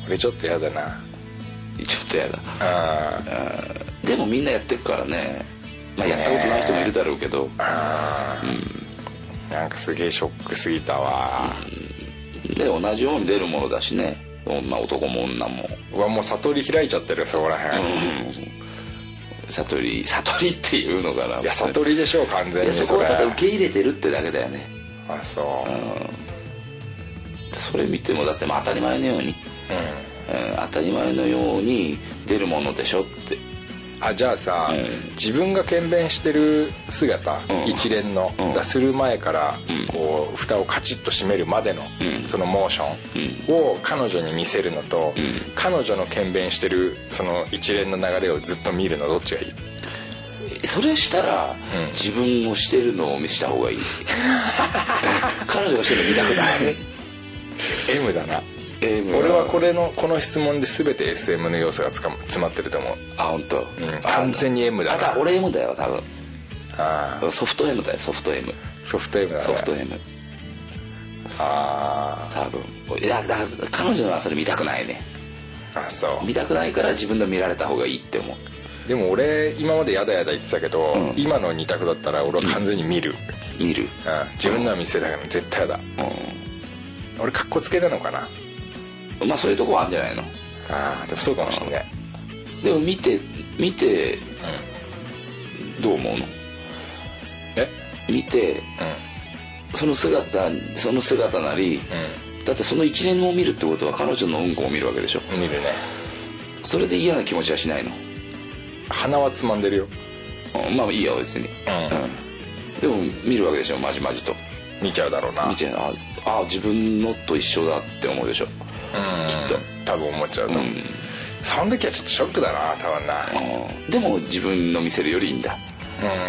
Speaker 4: 俺ちょっと嫌だな
Speaker 3: ちょっとやだ
Speaker 4: あー
Speaker 3: でもみんなやってるからね、まあ、やったことない人もいるだろうけど、
Speaker 4: なんかすげえショックすぎたわ、
Speaker 3: で同じように出るものだしね女男も女も、
Speaker 4: うわもう悟り開いちゃってるそこら
Speaker 3: う
Speaker 4: 辺、ん、い
Speaker 3: 悟り悟りっていうのかない
Speaker 4: や悟りでしょう完全
Speaker 3: い
Speaker 4: に
Speaker 3: やそこは
Speaker 4: れ
Speaker 3: ただ受け入れてるってだけだよね
Speaker 4: あそう、
Speaker 3: それ見てもだってまあ当たり前のように、うん当たり前のように出るものでしょって
Speaker 4: あじゃあさ、自分が検便してる姿、
Speaker 3: ん
Speaker 4: 一連の、
Speaker 3: ん
Speaker 4: だする前から、
Speaker 3: ん
Speaker 4: こう蓋をカチッと閉めるまでの、
Speaker 3: うん
Speaker 4: そのモーションを彼女に見せるのと、
Speaker 3: ん
Speaker 4: 彼女の検便してるその一連の流れをずっと見るのどっちがいい
Speaker 3: それしたら、
Speaker 4: うん
Speaker 3: 自分をしてるのを見せた方 がいい彼女がしてるの見たくない
Speaker 4: M だな
Speaker 3: えー
Speaker 4: 俺はこれのこの質問で全て SM の要素がつかむ詰まってると思う
Speaker 3: あ本当、
Speaker 4: うん完全に M だな
Speaker 3: あだ俺 M だよ多
Speaker 4: あ
Speaker 3: 分ソフト M だよソフト M
Speaker 4: ーソフト M だね
Speaker 3: ソフト M
Speaker 4: あ
Speaker 3: 多分いやだから彼女のはそれ見たくないね
Speaker 4: ーあそう
Speaker 3: 見たくないから自分の見られた方がいいって思う
Speaker 4: でも俺今までやだやだ言ってたけど、
Speaker 3: うん
Speaker 4: 今の二択だったら俺は完全に見る、
Speaker 3: 見る
Speaker 4: うん自分のは見せたけど絶対やだ
Speaker 3: う
Speaker 4: 俺かっこつけなのかなん
Speaker 3: まあそういうとこはあるんじゃないの
Speaker 4: あーでもそうかもしんない
Speaker 3: でも見て見て、どう思うの
Speaker 4: え
Speaker 3: 見て
Speaker 4: う
Speaker 3: その姿その姿なり、だってその一年を見るってことは彼女のうんこを見るわけでしょ
Speaker 4: んうん見るね
Speaker 3: それで嫌な気持ちはしないの、
Speaker 4: 鼻はつまんでるよ
Speaker 3: うん、まあいいよ別に、
Speaker 4: うん
Speaker 3: うんでも見るわけでしょまじまじと
Speaker 4: 見ちゃうだろうな
Speaker 3: 見てああ自分のと一緒だって思うでしょ
Speaker 4: うん
Speaker 3: きっと
Speaker 4: 多分思っちゃうと思う、
Speaker 3: うん
Speaker 4: その時はちょっとショックだな多分な
Speaker 3: うんでも自分の見せるよりいいんだ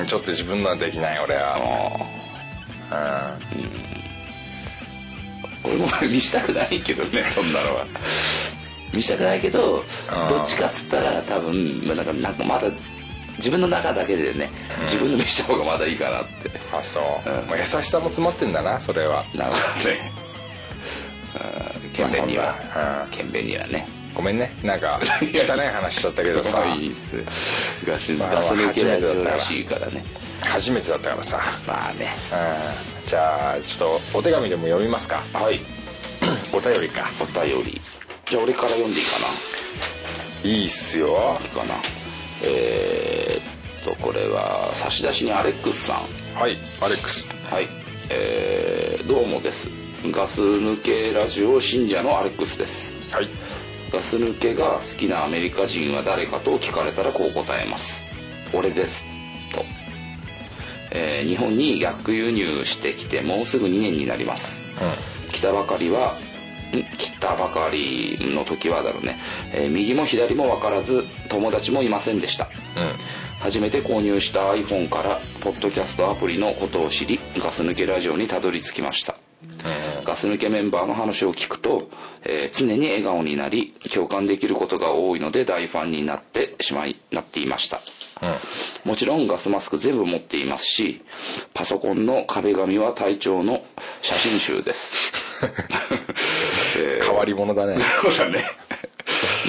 Speaker 4: うんちょっと自分のはできない俺は
Speaker 3: あ
Speaker 4: うん
Speaker 3: 俺も見したくないけどねそんなのは見したくないけど
Speaker 4: あー
Speaker 3: どっちかっつったら多分まあなんかなんかまだ自分の中だけでね自分の見した方がまだいいかなって
Speaker 4: あそう、
Speaker 3: うん
Speaker 4: まあ優しさも詰まってんだなそれは
Speaker 3: なるほどね
Speaker 4: ま
Speaker 3: 剣
Speaker 4: あ
Speaker 3: 弁には
Speaker 4: そんなうん
Speaker 3: 剣弁にはね
Speaker 4: ごめんねな んか汚い話しちゃったけどさ
Speaker 3: 可愛いってガス
Speaker 4: まあ
Speaker 3: ガス抜けラジ
Speaker 4: 初めてだった
Speaker 3: オ
Speaker 4: から
Speaker 3: らしいからね
Speaker 4: 初めてだったからさ
Speaker 3: まあね
Speaker 4: うんじゃあちょっとお手紙でも読みますか
Speaker 3: はい
Speaker 4: お便りか
Speaker 3: お便りじゃあ俺から読んでいいかない
Speaker 4: いっすよ
Speaker 3: いいかなえー、っとこれは差出人アレックスさん
Speaker 4: はいアレックス
Speaker 3: はい、えーどうもですガス抜けラジオ信者のアレックスです
Speaker 4: はい
Speaker 3: ガス抜けが好きなアメリカ人は誰かと聞かれたらこう答えます俺ですと、えー日本に逆輸入してきてもうすぐ2年になります、来たばかりはん来たばかりの時はだろうね、えー右も左も分からず友達もいませんでした初めて購入した iPhone からポッドキャストアプリのことを知りガス抜けラジオにたどり着きましたガス抜けメンバーの話を聞くと、えー常に笑顔になり共感できることが多いので大ファンになってしまいなっていましたもちろんガスマスク全部持っていますしパソコンの壁紙は隊長の写真集ですえー
Speaker 4: 変わり 者だね
Speaker 3: そうだね。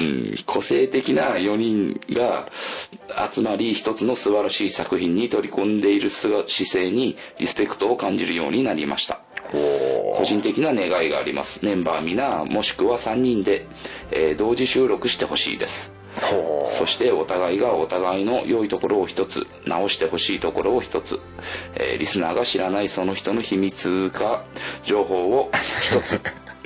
Speaker 3: うん、個性的な4人が集まり一つの素晴らしい作品に取り組んでいる姿姿勢にリスペクトを感じるようになりました個人的な願いがありますメンバー皆もしくは3人で、えー同時収録してほしいです
Speaker 4: ほ
Speaker 3: そしてお互いがお互いの良いところを一つ直してほしいところを一つ、えーリスナーが知らないその人の秘密か情報を一 つ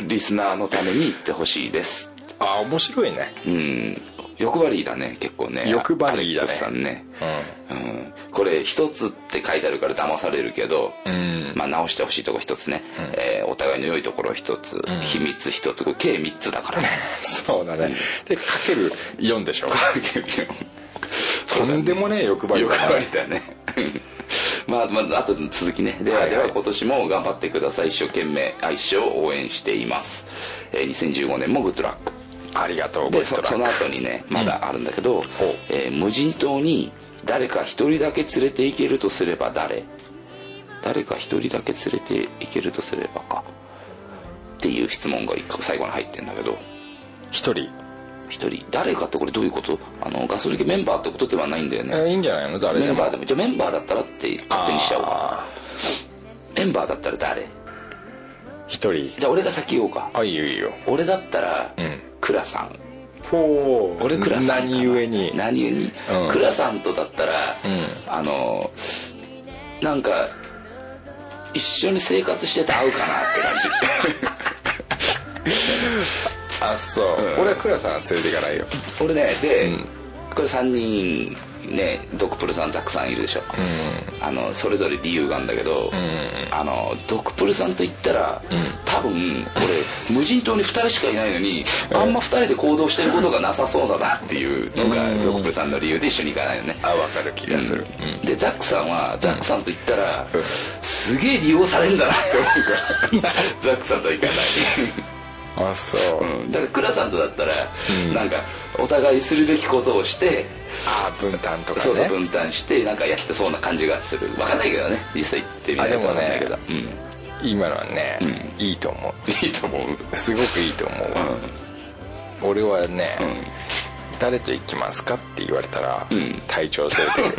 Speaker 3: リスナーのために言ってほしいです
Speaker 4: うあ面白いね
Speaker 3: うん欲張りだね結構ね
Speaker 4: 欲張りだ
Speaker 3: アレック
Speaker 4: ね
Speaker 3: スさんね、うんこれ一つって書いてあるから騙されるけど、
Speaker 4: ん
Speaker 3: まあ、直してほしいとこ一つね、えーお互いの良いところ一つ、秘密一つこれ計3つだ からね
Speaker 4: そうだねでかける4でしょ
Speaker 3: そ
Speaker 4: と
Speaker 3: うだね
Speaker 4: んでもねえ欲張り
Speaker 3: 欲
Speaker 4: だ
Speaker 3: 張
Speaker 4: ね
Speaker 3: りだね まあまああとの続きねでは
Speaker 4: はい
Speaker 3: では今年も頑張ってください一生懸命愛称を応援しています、えー2015年もグッドラック
Speaker 4: ありがとう
Speaker 3: で
Speaker 4: ござ
Speaker 3: そ
Speaker 4: いま
Speaker 3: その後にねまだあるんだけど、
Speaker 4: ほう
Speaker 3: えー無人島に誰か一人だけ連れて行けるとすれば誰誰か一人だけ連れて行けるとすればかっていう質問が一個最後に入ってんだけど
Speaker 4: 一人
Speaker 3: 一人誰かってこれどういうことあのガス抜けメンバーってことではないんだよね
Speaker 4: えいいんじゃないの誰
Speaker 3: メ
Speaker 4: で
Speaker 3: ン
Speaker 4: も
Speaker 3: バーでもじゃあメンバーだったらって勝手にしちゃおうか
Speaker 4: あ
Speaker 3: メンバーだったら誰
Speaker 4: ー一人
Speaker 3: じゃあ俺が先言おうか
Speaker 4: あいいよいいよ
Speaker 3: 俺だったら、
Speaker 4: ん
Speaker 3: クラさん
Speaker 4: ほう
Speaker 3: 俺クラさんかな
Speaker 4: 何故に
Speaker 3: 何故に、
Speaker 4: うん
Speaker 3: クラさんとだったら、
Speaker 4: うん
Speaker 3: あのなんか一緒に生活してて合うかなって感
Speaker 4: あそう、俺はクラさんは連れていかないよ
Speaker 3: じ俺ねで、
Speaker 4: うん
Speaker 3: これ3人ねドクプルさんザクさんいるでしょ、あのそれぞれ理由があるんだけど、あのドクプルさんと言ったら、多分俺無人島に2人しかいないのにあんま2人で行動してることがなさそうだなっていうのが、ドクプルさんの理由で一緒に行かないのね、
Speaker 4: あ分かる気がする、
Speaker 3: うんでザックさんはザックさんと言ったら、すげえ利用されんだなって思うからザックさんとは行か
Speaker 4: あそう、
Speaker 3: ない、うん、だからクラさんとだったら、なんかお互いするべきことをして
Speaker 4: あ分担とかね
Speaker 3: そうそう分担してなんかやってそうな感じがする分かんないけどね実際行ってみないと分かんないけど、
Speaker 4: あ今のはね、いいと思
Speaker 3: うん、いいと思う、うん、
Speaker 4: うすごくいいと思う、俺はね、誰と行きますかって言われたら、
Speaker 3: ん
Speaker 4: 隊長連れて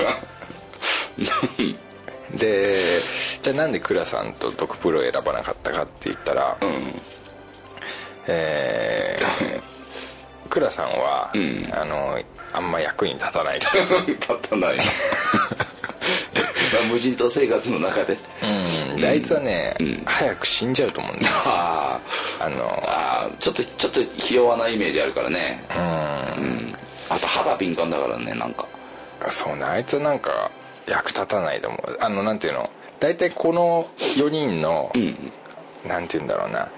Speaker 4: くるでじゃあなんで倉さんとドクプロを選ばなかったかって言ったら、えー倉さんは、あのあんま役に立たない
Speaker 3: 立た ないまあ無人島生活の中で
Speaker 4: うんであいつはね、早く死んじゃうと思うんだよ
Speaker 3: あ
Speaker 4: あの
Speaker 3: あーちょっとちょっとひ弱なイメージあるからねうんあと肌敏感だからねなんか
Speaker 4: そうねあいつはなんか役立たないと思うあのなんていうの大体この4人の、なんていうんだろうな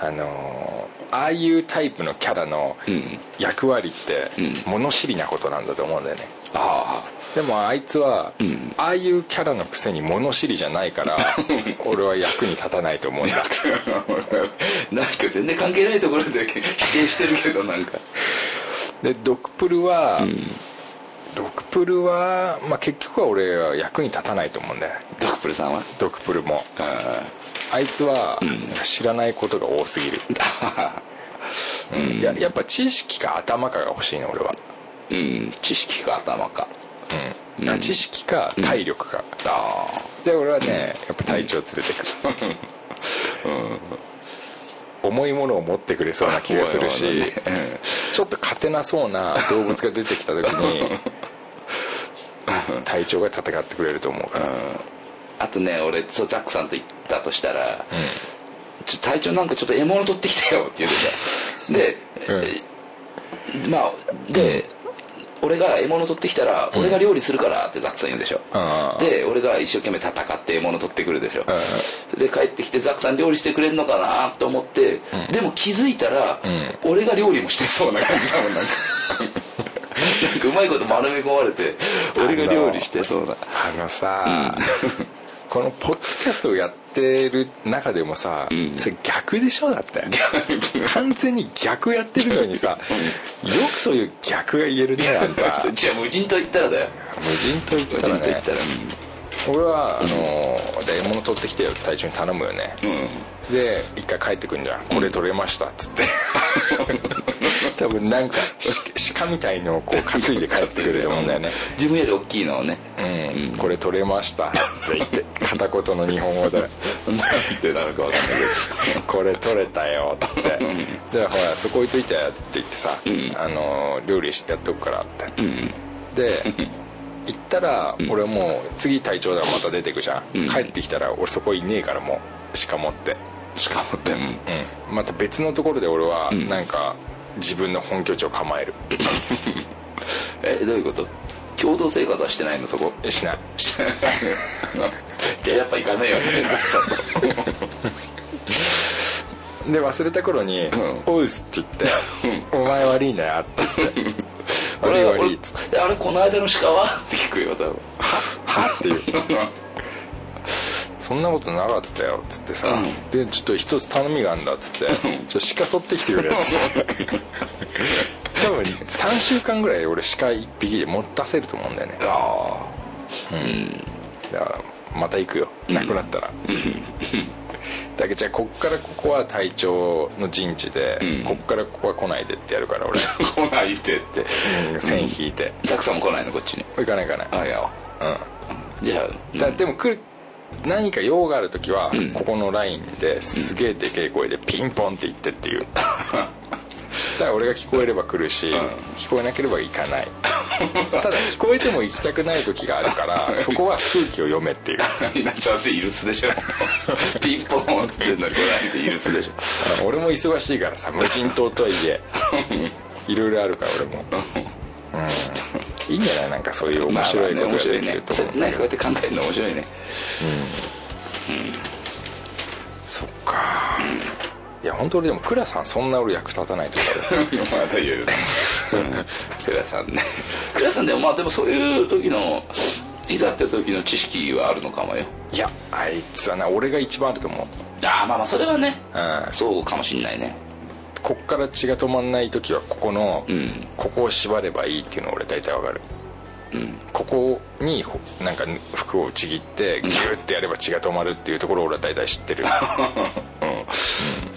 Speaker 4: あのーああいうタイプのキャラの
Speaker 3: ん
Speaker 4: 役割って
Speaker 3: う
Speaker 4: 物知りなことなんだと思うんだよね
Speaker 3: あ
Speaker 4: でもあいつは、
Speaker 3: ん
Speaker 4: ああいうキャラのくせに物知りじゃないから 俺は役に立たないと思うんだ
Speaker 3: あなんか全然関係ないところで否定してるけどなんか
Speaker 4: でドクプルは、ドクプルは、まあ、結局は俺は役に立たないと思うんだよね
Speaker 3: ドクプルさんは
Speaker 4: ドクプルも
Speaker 3: あ
Speaker 4: あいつは、なんか知らないことが多すぎる、
Speaker 3: あ
Speaker 4: いややっぱ知識か頭かが欲しいね俺は、
Speaker 3: うん知識か頭か
Speaker 4: うん知識か体力か、
Speaker 3: ああ
Speaker 4: で俺はねやっぱ体調連れてくる、 重いものを持ってくれそうな気がするし、
Speaker 3: 重いものね
Speaker 4: ちょっと勝てなそうな動物が出てきた時 に体調が戦ってくれると思うから、
Speaker 3: あとね俺そうザックさんと行ったとしたら、ちょ体調なんかちょっと獲物取ってきたよって言うでしょ で、えまあで、俺が獲物取ってきたら、俺が料理するからってザックさん言うでしょ、
Speaker 4: うん
Speaker 3: で俺が一生懸命戦って獲物取ってくるでしょ、で帰ってきてザックさん料理してくれるのかなと思って、でも気づいたら、俺が料理もしてそうな感じだもん なんかなんかうまいこと丸め込まれて俺が料理してそうな
Speaker 4: あのさ、このポッドキャストをやってる中でもさ、それ逆でしょだって完全に逆やってるのにさよくそういう逆が言えるねあんた 無
Speaker 3: じゃあ無人島行ったらだよ
Speaker 4: 人と言っ
Speaker 3: 無
Speaker 4: た
Speaker 3: 人島
Speaker 4: ら
Speaker 3: 行
Speaker 4: ね
Speaker 3: ったら
Speaker 4: 俺はあのーで獲物取ってきてよって隊長に頼むよね、で一回帰ってくんじゃんこれ取れましたっ つって多分なんかし鹿みたいのをこう担いで帰ってくると思うんだよね
Speaker 3: 自分より大きいのをね
Speaker 4: うん、これ取れましたって言って片言の日本語で
Speaker 3: なんてなるかわかんない
Speaker 4: 「これ取れたよ」っつって「でほらそこ置いといて」って言ってさ「あの料理やっとくから」ってで行ったら俺もう次隊長だからまた出てくじゃん帰ってきたら俺そこいねえからもうしかもって
Speaker 3: けどしかもでも
Speaker 4: うんまた別のところで俺はなんか自分の本拠地を構える
Speaker 3: えどういうこと共同生活はしてないのそこ
Speaker 4: えしない
Speaker 3: じゃあやっぱ行か ねえよね
Speaker 4: で忘れた頃に
Speaker 3: ん
Speaker 4: 「おうっす」って言って「お前悪いな」って言 って「悪い悪い」っつって
Speaker 3: 俺あれこの間の鹿はって聞くよ多分
Speaker 4: はっていうそんなことなかったよっつってさ、
Speaker 3: うん
Speaker 4: でちょっと一つ頼みがあんだっつって、ちょっと鹿取ってきてくれっつって 多分3週間ぐらい俺鹿1匹で持たせると思うんだよね
Speaker 3: あ
Speaker 4: だからまた行くよなくなったら、だけどじゃあこっからここは隊長の陣地で、こっからここは来ないでってやるから俺
Speaker 3: あ来ないでって
Speaker 4: うん線引いて、
Speaker 3: ザクさんも来ないのこっちに
Speaker 4: 行かない行かない
Speaker 3: あいや
Speaker 4: うん
Speaker 3: じゃあ
Speaker 4: だでも来る何か用がある時は、ここのラインですげえでけえ声でピンポンって言ってって いうだから俺が聞こえれば来るし、聞こえなければ行か ないただ聞こえても行きたくない時があるからそこは空気を読めっていう
Speaker 3: なっちゃんってイルスでしょピンポンっつってんのに来ないでイルスでしょ
Speaker 4: あの俺も忙しいからさ無人島とはい えいろいろあるから俺も、うん、いいんじゃないなんかそういう面白いことができると思う、
Speaker 3: まあまあね面白いねそなんかこうやって考えるの面白い ね
Speaker 4: そっか、いや本当俺でも倉さんそんな俺役立たないと思う
Speaker 3: まだ言うクラさんねクラさんでもまあでもそういう時のいざって時の知識はあるのかもよ
Speaker 4: いやあいつはな俺が一番あると思う
Speaker 3: ああまあまあそれはね
Speaker 4: うん
Speaker 3: そうかもしんないね
Speaker 4: こっから血が止まんない時はここの、
Speaker 3: ん
Speaker 4: ここを縛ればいいっていうの俺大体わかる、ここにほなんか服をちぎってギューってやれば血が止まるっていうところを俺は大体 知ってる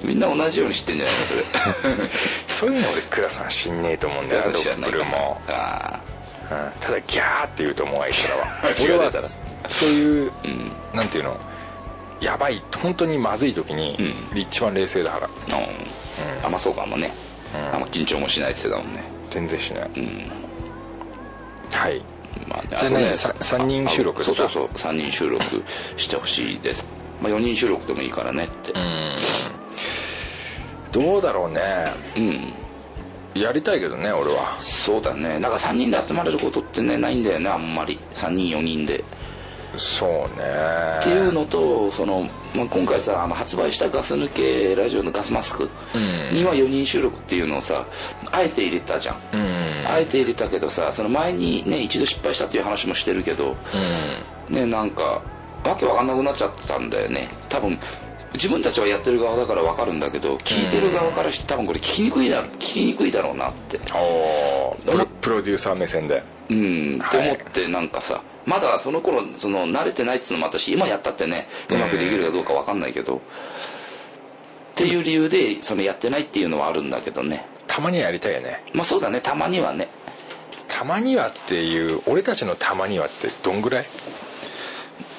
Speaker 3: みんな同じように知ってんじゃないのそれ
Speaker 4: そういうの俺倉さん知んねえと思うんだよな
Speaker 3: クラさん知ら
Speaker 4: ド
Speaker 3: な
Speaker 4: ッ
Speaker 3: い
Speaker 4: グルも、
Speaker 3: あ
Speaker 4: うんただギャーって言うと思うあいつ ら
Speaker 3: 血が
Speaker 4: は俺
Speaker 3: 出
Speaker 4: は
Speaker 3: たら
Speaker 4: そういう、なんていうのやばい本当にまずい時に、一番冷静だから
Speaker 3: あうんあんまそうかもねあんま緊張もしないって言ってたもんね
Speaker 4: 全然しない、はい
Speaker 3: まあね
Speaker 4: じゃあ
Speaker 3: と
Speaker 4: ね
Speaker 3: ね
Speaker 4: さ三人収録ですか
Speaker 3: そうそうそう三人収録してほしいですまあ4人収録でもいいからねって
Speaker 4: どうだろうね
Speaker 3: うん
Speaker 4: やりたいけどね俺は
Speaker 3: そうだねなんか3人で集まれることってねないんだよねあんまり3人4人で
Speaker 4: そうね
Speaker 3: っていうのとその、まあ、今回さあの発売したガス抜けラジオのガスマスクには4人収録っていうのをさあえて入れたじゃん、
Speaker 4: うん
Speaker 3: あえて入れたけどさその前にね一度失敗したっていう話もしてるけど、ねなんかわけわかんなくなっちゃったんだよね多分自分たちはやってる側だからわかるんだけど聞いてる側からして多分これ聞きにくいだ聞きにくいだろうなって
Speaker 4: おープロプロデューサー目線で
Speaker 3: うん、って
Speaker 4: はい
Speaker 3: 思ってなんかさまだその頃その慣れてないっつうのもあったし今やったってねうまくできるかどうかわかんないけど、っていう理由でそのやってないっていうのはあるんだけどね
Speaker 4: たまにはやりたいよね
Speaker 3: まあそうだねたまにはね
Speaker 4: たまにはっていう俺たちのたまにはってどんぐらい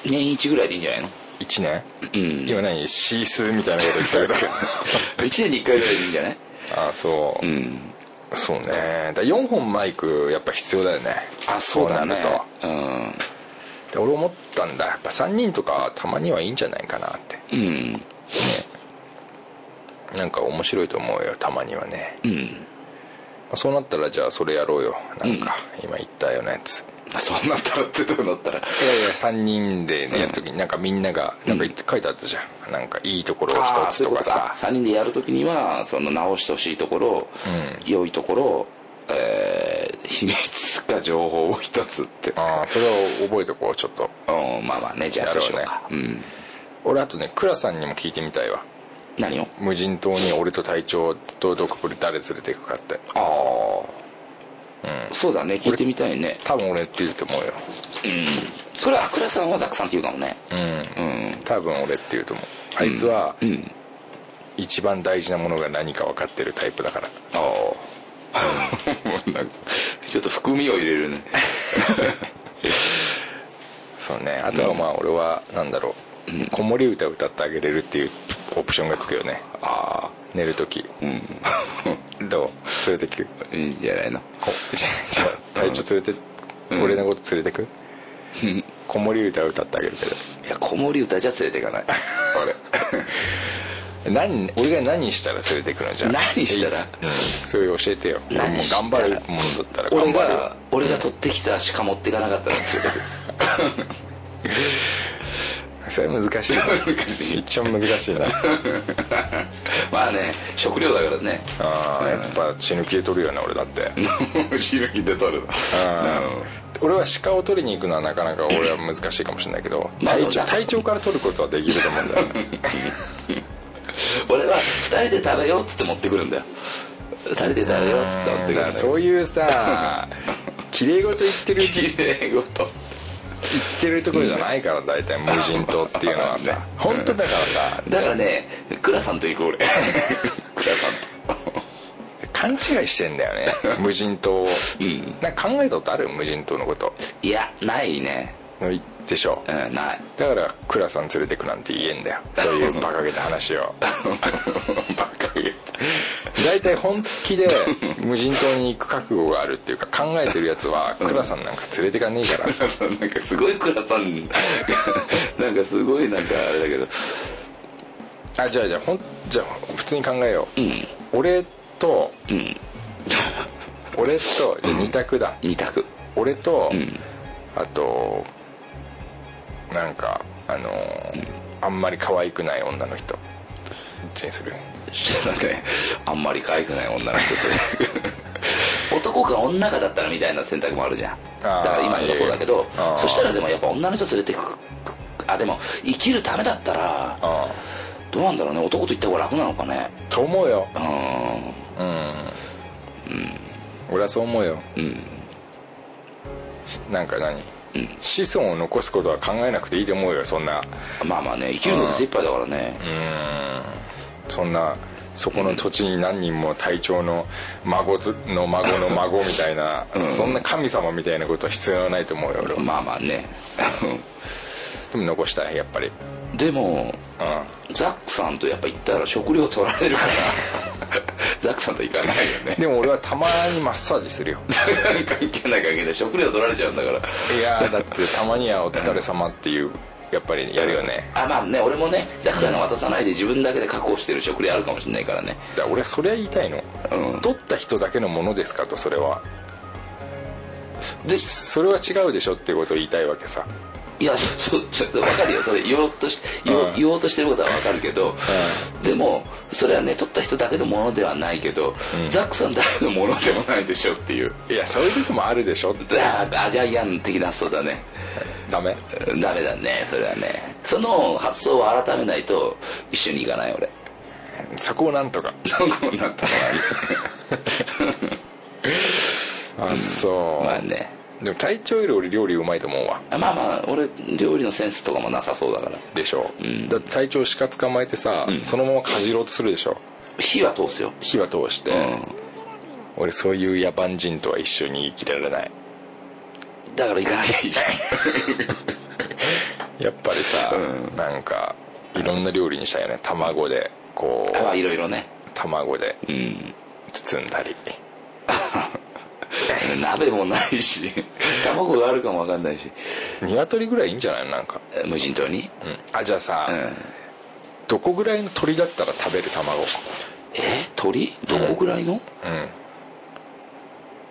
Speaker 3: 年一ぐらいでいいんじゃないの
Speaker 4: 1年、
Speaker 3: うん
Speaker 4: 今何シースーみたいなこと言ってるだけ
Speaker 3: 1年に1回ぐらいでいいんじゃない
Speaker 4: ああそう、
Speaker 3: うん
Speaker 4: そうねだ4本マイクやっぱ必要だよね
Speaker 3: あそうだね
Speaker 4: こなる
Speaker 3: うん
Speaker 4: とで俺思ったんだやっぱ3人とかたまにはいいんじゃないかなって
Speaker 3: うん
Speaker 4: なんか面白いと思うよたまにはね
Speaker 3: うん
Speaker 4: そうなったらじゃあそれやろうよなんか、今言ったようなやつ
Speaker 3: まあそうなったらってどうなったら
Speaker 4: いやいや3人でね、
Speaker 3: うん
Speaker 4: やるときになんかみんながなんか書いてあったじゃん、なんかいいところを一つとかさ
Speaker 3: 3人でやるときにはその直してほしいところ、良いところ、えー秘密か情報を一つって
Speaker 4: ああそれを覚えとこうちょっと
Speaker 3: うんまあまあねじゃあそうしようかうん
Speaker 4: 俺あとね倉さんにも聞いてみたいわ
Speaker 3: 何を
Speaker 4: 無人島に俺と隊長とドクプル誰連れていくかって
Speaker 3: ああ、そうだね聞いてみたいね
Speaker 4: 多分俺って言うと思うよ
Speaker 3: それは倉さんはザクさんっていうかもね
Speaker 4: うん、
Speaker 3: うん
Speaker 4: 多分俺って言うと思うあいつは
Speaker 3: うん
Speaker 4: 一番大事なものが何か分かってるタイプだから
Speaker 3: ああなんかちょっと含みを入れるね
Speaker 4: そうねあとはまあ俺はなんだろう、子守歌歌ってあげれるっていうオプションがつくよねああ寝る時うん どう連れてく
Speaker 3: いいんじゃないの
Speaker 4: こ じゃあじゃあ隊長連れて、
Speaker 3: ん
Speaker 4: 俺のこと連れてく子守歌歌ってあげるけ
Speaker 3: いや子守歌じゃ連れていかない
Speaker 4: ど 何俺が何したら連れてくのじゃあ
Speaker 3: 何したら
Speaker 4: うん、そういう教えてよ俺も
Speaker 3: 何
Speaker 4: う
Speaker 3: したら
Speaker 4: 頑張るものだったら
Speaker 3: 俺
Speaker 4: 頑張るよ
Speaker 3: が俺が取ってきたしか持っていかなかったら連れてくる
Speaker 4: それ 難しいな一番難しいな
Speaker 3: まあね食料だからね
Speaker 4: ああやっぱ血抜きで取るよね俺だって
Speaker 3: しぶきで取るの
Speaker 4: 俺は鹿を取りに行くのはなかなか俺は難しいかもしれないけど
Speaker 3: まあ
Speaker 4: 体
Speaker 3: ま
Speaker 4: 調
Speaker 3: あ
Speaker 4: 体調から取ることはできると思うんだよね
Speaker 3: 俺は2人で食べようっつって持ってくるんだよ2人で食べようっつって持ってくるんだ
Speaker 4: だから
Speaker 3: よ
Speaker 4: そういう さ綺麗事言ってる
Speaker 3: きれいごと
Speaker 4: 言ってるところじゃないから大体無人島っていうのはさ本当だからさ
Speaker 3: だからね 倉さんと行く俺倉さんと
Speaker 4: 勘違いしてんだよね無人島を
Speaker 3: うん
Speaker 4: なんか考えたことある無人島のこと
Speaker 3: いやないね
Speaker 4: でしょ
Speaker 3: うんない
Speaker 4: だから倉さん連れてくなんて言えん だよそういう馬鹿げた話 を
Speaker 3: バカげ
Speaker 4: 大体本気で無人島に行く覚悟があるっていうか考えてるやつは倉さんなんか連れてかねえから
Speaker 3: 倉さんなんかすごい倉さん なんかすごいなんかあれだけど
Speaker 4: あじゃあじゃあほんじゃあ普通に考えよう、
Speaker 3: うん
Speaker 4: 俺と
Speaker 3: うん
Speaker 4: 俺とじゃあ二択だ、
Speaker 3: 二択
Speaker 4: 俺と、
Speaker 3: ん
Speaker 4: あとなんかあのーあんまり可愛くない女の人どっちにする
Speaker 3: なんかねあんまり可愛くない女の人それ男か女かだったらみたいな選択もあるじゃん
Speaker 4: あー
Speaker 3: だから今のもそうだけど
Speaker 4: いやいやあー
Speaker 3: そしたらでもやっぱ女の人連れてくくあでも生きるためだったら
Speaker 4: あ
Speaker 3: どうなんだろうね男と行った方が楽なのかね
Speaker 4: あと思うよ
Speaker 3: うーん
Speaker 4: うん、俺はそう思うよ
Speaker 3: ん
Speaker 4: なんか何、子孫を残すことは考えなくていいと思うよそんな
Speaker 3: まあまあね生きるのって精一杯だからね
Speaker 4: そんなそこの土地に何人も隊長の孫ずの孫の孫みたいな、そんな神様みたいなことは必要はないと思うよ俺は
Speaker 3: まあまあね
Speaker 4: でも残したいやっぱり
Speaker 3: でも
Speaker 4: うん
Speaker 3: ザックさんとやっぱ行ったら食料取られるから ザックさんと行かないよね
Speaker 4: でも俺はたまにマッサージするよ
Speaker 3: 関係ない関係ない食料取られちゃうんだから
Speaker 4: いやーだってたまにはお疲れ様っていうやっぱりやるよね
Speaker 3: あまあね俺もねザクさんの渡さないで自分だけで確保してる食料あるかもしれないからね
Speaker 4: だから俺はそれは言いたいの、
Speaker 3: うん
Speaker 4: 取った人だけのものですかとそれは
Speaker 3: で
Speaker 4: それは違うでしょってことを言いたいわけさ
Speaker 3: いやそそちょっと分かるよそれ言おうとし言おう
Speaker 4: うん
Speaker 3: 言おうとしてることは分かるけど、でもそれはね取った人だけのものではないけど、ザックさんだけのものでもないでしょっていう
Speaker 4: いやそういう時もあるでしょって
Speaker 3: あーアジャイアン的な発想だね
Speaker 4: ダメ
Speaker 3: うんダメだねそれはねその発想を改めないと一緒に行かない俺
Speaker 4: そこをなんとか
Speaker 3: そこになった
Speaker 4: あそう、
Speaker 3: らまあね
Speaker 4: でも体調より俺料理うまいと思うわ
Speaker 3: まあまあ俺料理のセンスとかもなさそうだから
Speaker 4: でしょ、だって体調鹿捕まえてさ、そのままかじろうとするでしょ
Speaker 3: 火は通すよ
Speaker 4: 火は通して、
Speaker 3: う
Speaker 4: 俺そういう野蛮人とは一緒に生きられない
Speaker 3: んだから行かなきゃいいじゃん
Speaker 4: やっぱりさ、なんかいろんな料理にしたいよね卵でこ
Speaker 3: まあ
Speaker 4: う
Speaker 3: いろいろね
Speaker 4: 卵で
Speaker 3: うん
Speaker 4: 包んだり
Speaker 3: 鍋もない し卵があるかもわかんないし
Speaker 4: 鶏ぐらいいいんじゃないのなんか、
Speaker 3: え無人島に
Speaker 4: うん、あじゃあさ、
Speaker 3: うん
Speaker 4: どこぐらいの鶏だったら食べる卵
Speaker 3: え鳥どこぐらいの、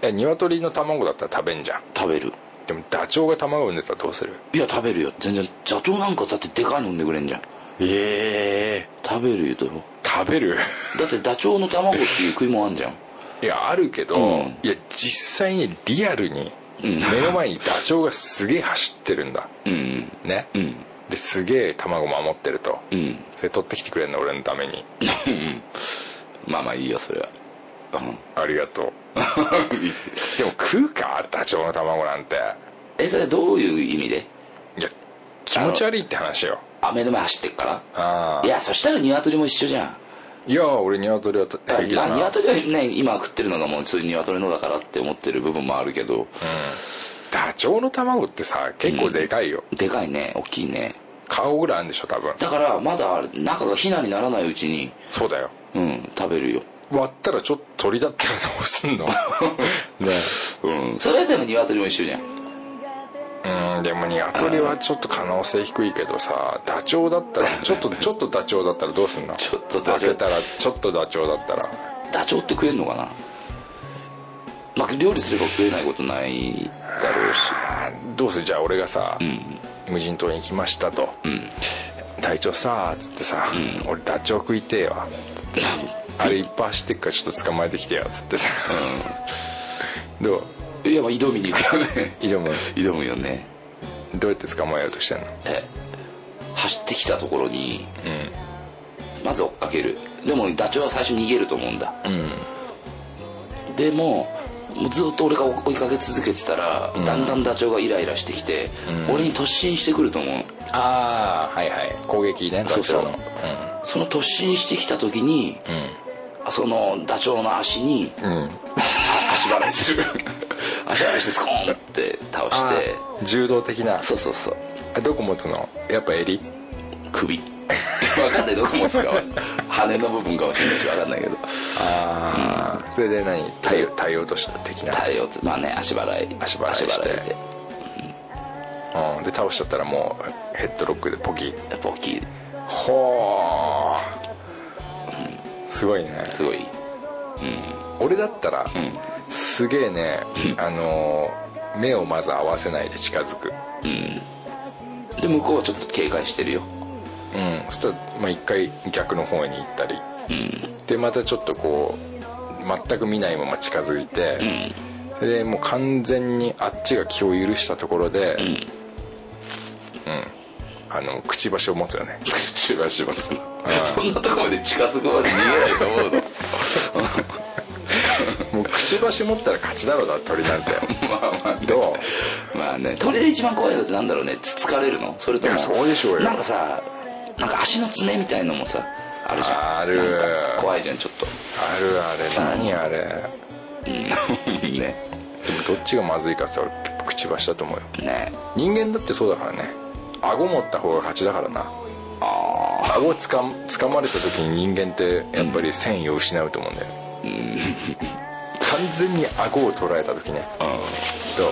Speaker 4: え鶏の卵だったら食べんじゃん
Speaker 3: 食べる
Speaker 4: でもダチョウが卵産んでたらどうする
Speaker 3: いや食べるよ全然座長なんかだってでかいの飲んでくれんじゃん
Speaker 4: ええ
Speaker 3: 食べるよだろ
Speaker 4: 食べる
Speaker 3: だってダチョウの卵っていう食い物あんじゃん
Speaker 4: いやあるけど、
Speaker 3: うん
Speaker 4: いや実際にリアルに
Speaker 3: うん
Speaker 4: 目の前にダチョウがすげえ走ってるんだ
Speaker 3: うん
Speaker 4: ね、
Speaker 3: うん
Speaker 4: ですげえ卵守ってると、
Speaker 3: うん
Speaker 4: それ取ってきてくれんの俺のために
Speaker 3: まあまあいいよそれはうん
Speaker 4: ありが とうでも食うかダチョウの卵なんて
Speaker 3: えそれどういう意味で
Speaker 4: いや気持ち悪いって話よ
Speaker 3: あ目の前走ってっから
Speaker 4: ああ
Speaker 3: いやそしたら鶏も一緒じゃん
Speaker 4: いや俺鶏は平気だ
Speaker 3: まあ
Speaker 4: な
Speaker 3: 鶏はね今食ってるのがもうそういう鶏のだからって思ってる部分もあるけど、
Speaker 4: ダチョウの卵ってさ結構でかいよ、
Speaker 3: でかいね大きいね
Speaker 4: 顔ぐらいあるんでしょ多分
Speaker 3: だからまだあれ中がヒナにならないうちに
Speaker 4: そうだよ
Speaker 3: うん食べるよ
Speaker 4: 割ったらちょっと鳥だったらどうす んのね
Speaker 3: うんそれでも鶏も一緒じゃん
Speaker 4: うんでもニワトリはちょっと可能性低いけどさダチョウ だったらちょっとちょっとダチョウだったらどうすんの
Speaker 3: ちょっとダ
Speaker 4: 開
Speaker 3: チョウ
Speaker 4: けたらちょっとダチョウだったら
Speaker 3: ダチョウって食えんのかなまあ料理すれば食えないことないだろうし
Speaker 4: あーどうするじゃあ俺がさ、無人島に行きましたと、隊長さつってさ、俺ダチョウ食いてえわつってあれいっぱい走ってっからちょっと捕まえてきてよつってさ、どう
Speaker 3: いやまあ挑みに行くよね
Speaker 4: 挑む
Speaker 3: 挑むよね
Speaker 4: どうやって捕まえようとしてんの
Speaker 3: え走ってきたところに
Speaker 4: うん
Speaker 3: まず追っかけるでもダチョウは最初逃げると思うんだ
Speaker 4: うん
Speaker 3: でももうずっと俺が追いかけ続けてたら、だんだんダチョウがイライラしてきて、俺に突進してくると思う
Speaker 4: ああはいはい攻撃ね
Speaker 3: そうそう
Speaker 4: ダチョウの
Speaker 3: その突進してきた時に、そのダチョウの足に、
Speaker 4: ん
Speaker 3: 足払いする足払いしてスコーンって倒し
Speaker 4: あ
Speaker 3: て
Speaker 4: ー柔道的な
Speaker 3: そうそうそう
Speaker 4: あどこ持つのやっぱ襟
Speaker 3: 首わかんないどこ持つかは羽の部分かもしれないしわかんないけど
Speaker 4: ああ、それで何体を体を落とした的な、
Speaker 3: 体をつまあね足払い
Speaker 4: 足払いして
Speaker 3: で
Speaker 4: うん、で倒しちゃったらもうヘッドロックでポキ
Speaker 3: ポッキー
Speaker 4: ほーすごいね
Speaker 3: すごい
Speaker 4: 俺だったら、すげえねあのー目をまず合わせないで近づく
Speaker 3: で向こうはちょっと警戒してるよ
Speaker 4: うんそしたら、まあ、一回逆の方に行ったり、でまたちょっとこう全く見ないまま近づいて、でもう完全にあっちが気を許したところで、うんあのくちばしを持つよ ね
Speaker 3: しばしばつな そんなとこまで近づくまで逃げ ないと思うの
Speaker 4: もうくちばし持ったら勝ちだろうだ鳥なん てど
Speaker 3: まあね鳥で一番怖いのってなんだろうねつつかれるのそれとも
Speaker 4: いやそうでしょうよ
Speaker 3: なんかさなんか足の爪みたいのもさあるじゃん
Speaker 4: ある
Speaker 3: なんか怖いじゃんちょっ と
Speaker 4: うあるあれ何あれでも
Speaker 3: ね
Speaker 4: どっちがまずいかって言ったら俺くちばしだと思うよ
Speaker 3: ね
Speaker 4: 人間だってそうだからね顎持った方が勝ちだからなあ顎つかつかまれた時に人間ってやっぱり繊維を失うと思うんだよ、完全に顎を捉えた時ねどう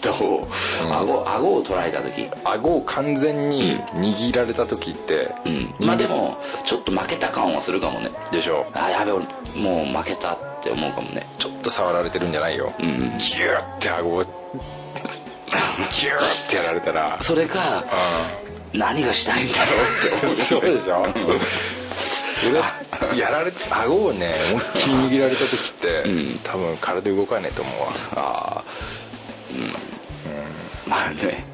Speaker 3: どどう顎顎を捉えた時
Speaker 4: 顎を完全に握られた時って、
Speaker 3: うんまあでもちょっと負けた感はするかもね
Speaker 4: でしょ
Speaker 3: あやべ俺もう負けたって思うかもね
Speaker 4: ちょっと触られてるんじゃないよ、ギューって顎をギューってやられたら
Speaker 3: それか何がしたいんだろうって思う
Speaker 4: そうでしょ俺やられ顎をね思いっきり握られた時って、多分体動かねえと思うわ
Speaker 3: ああうん、まあね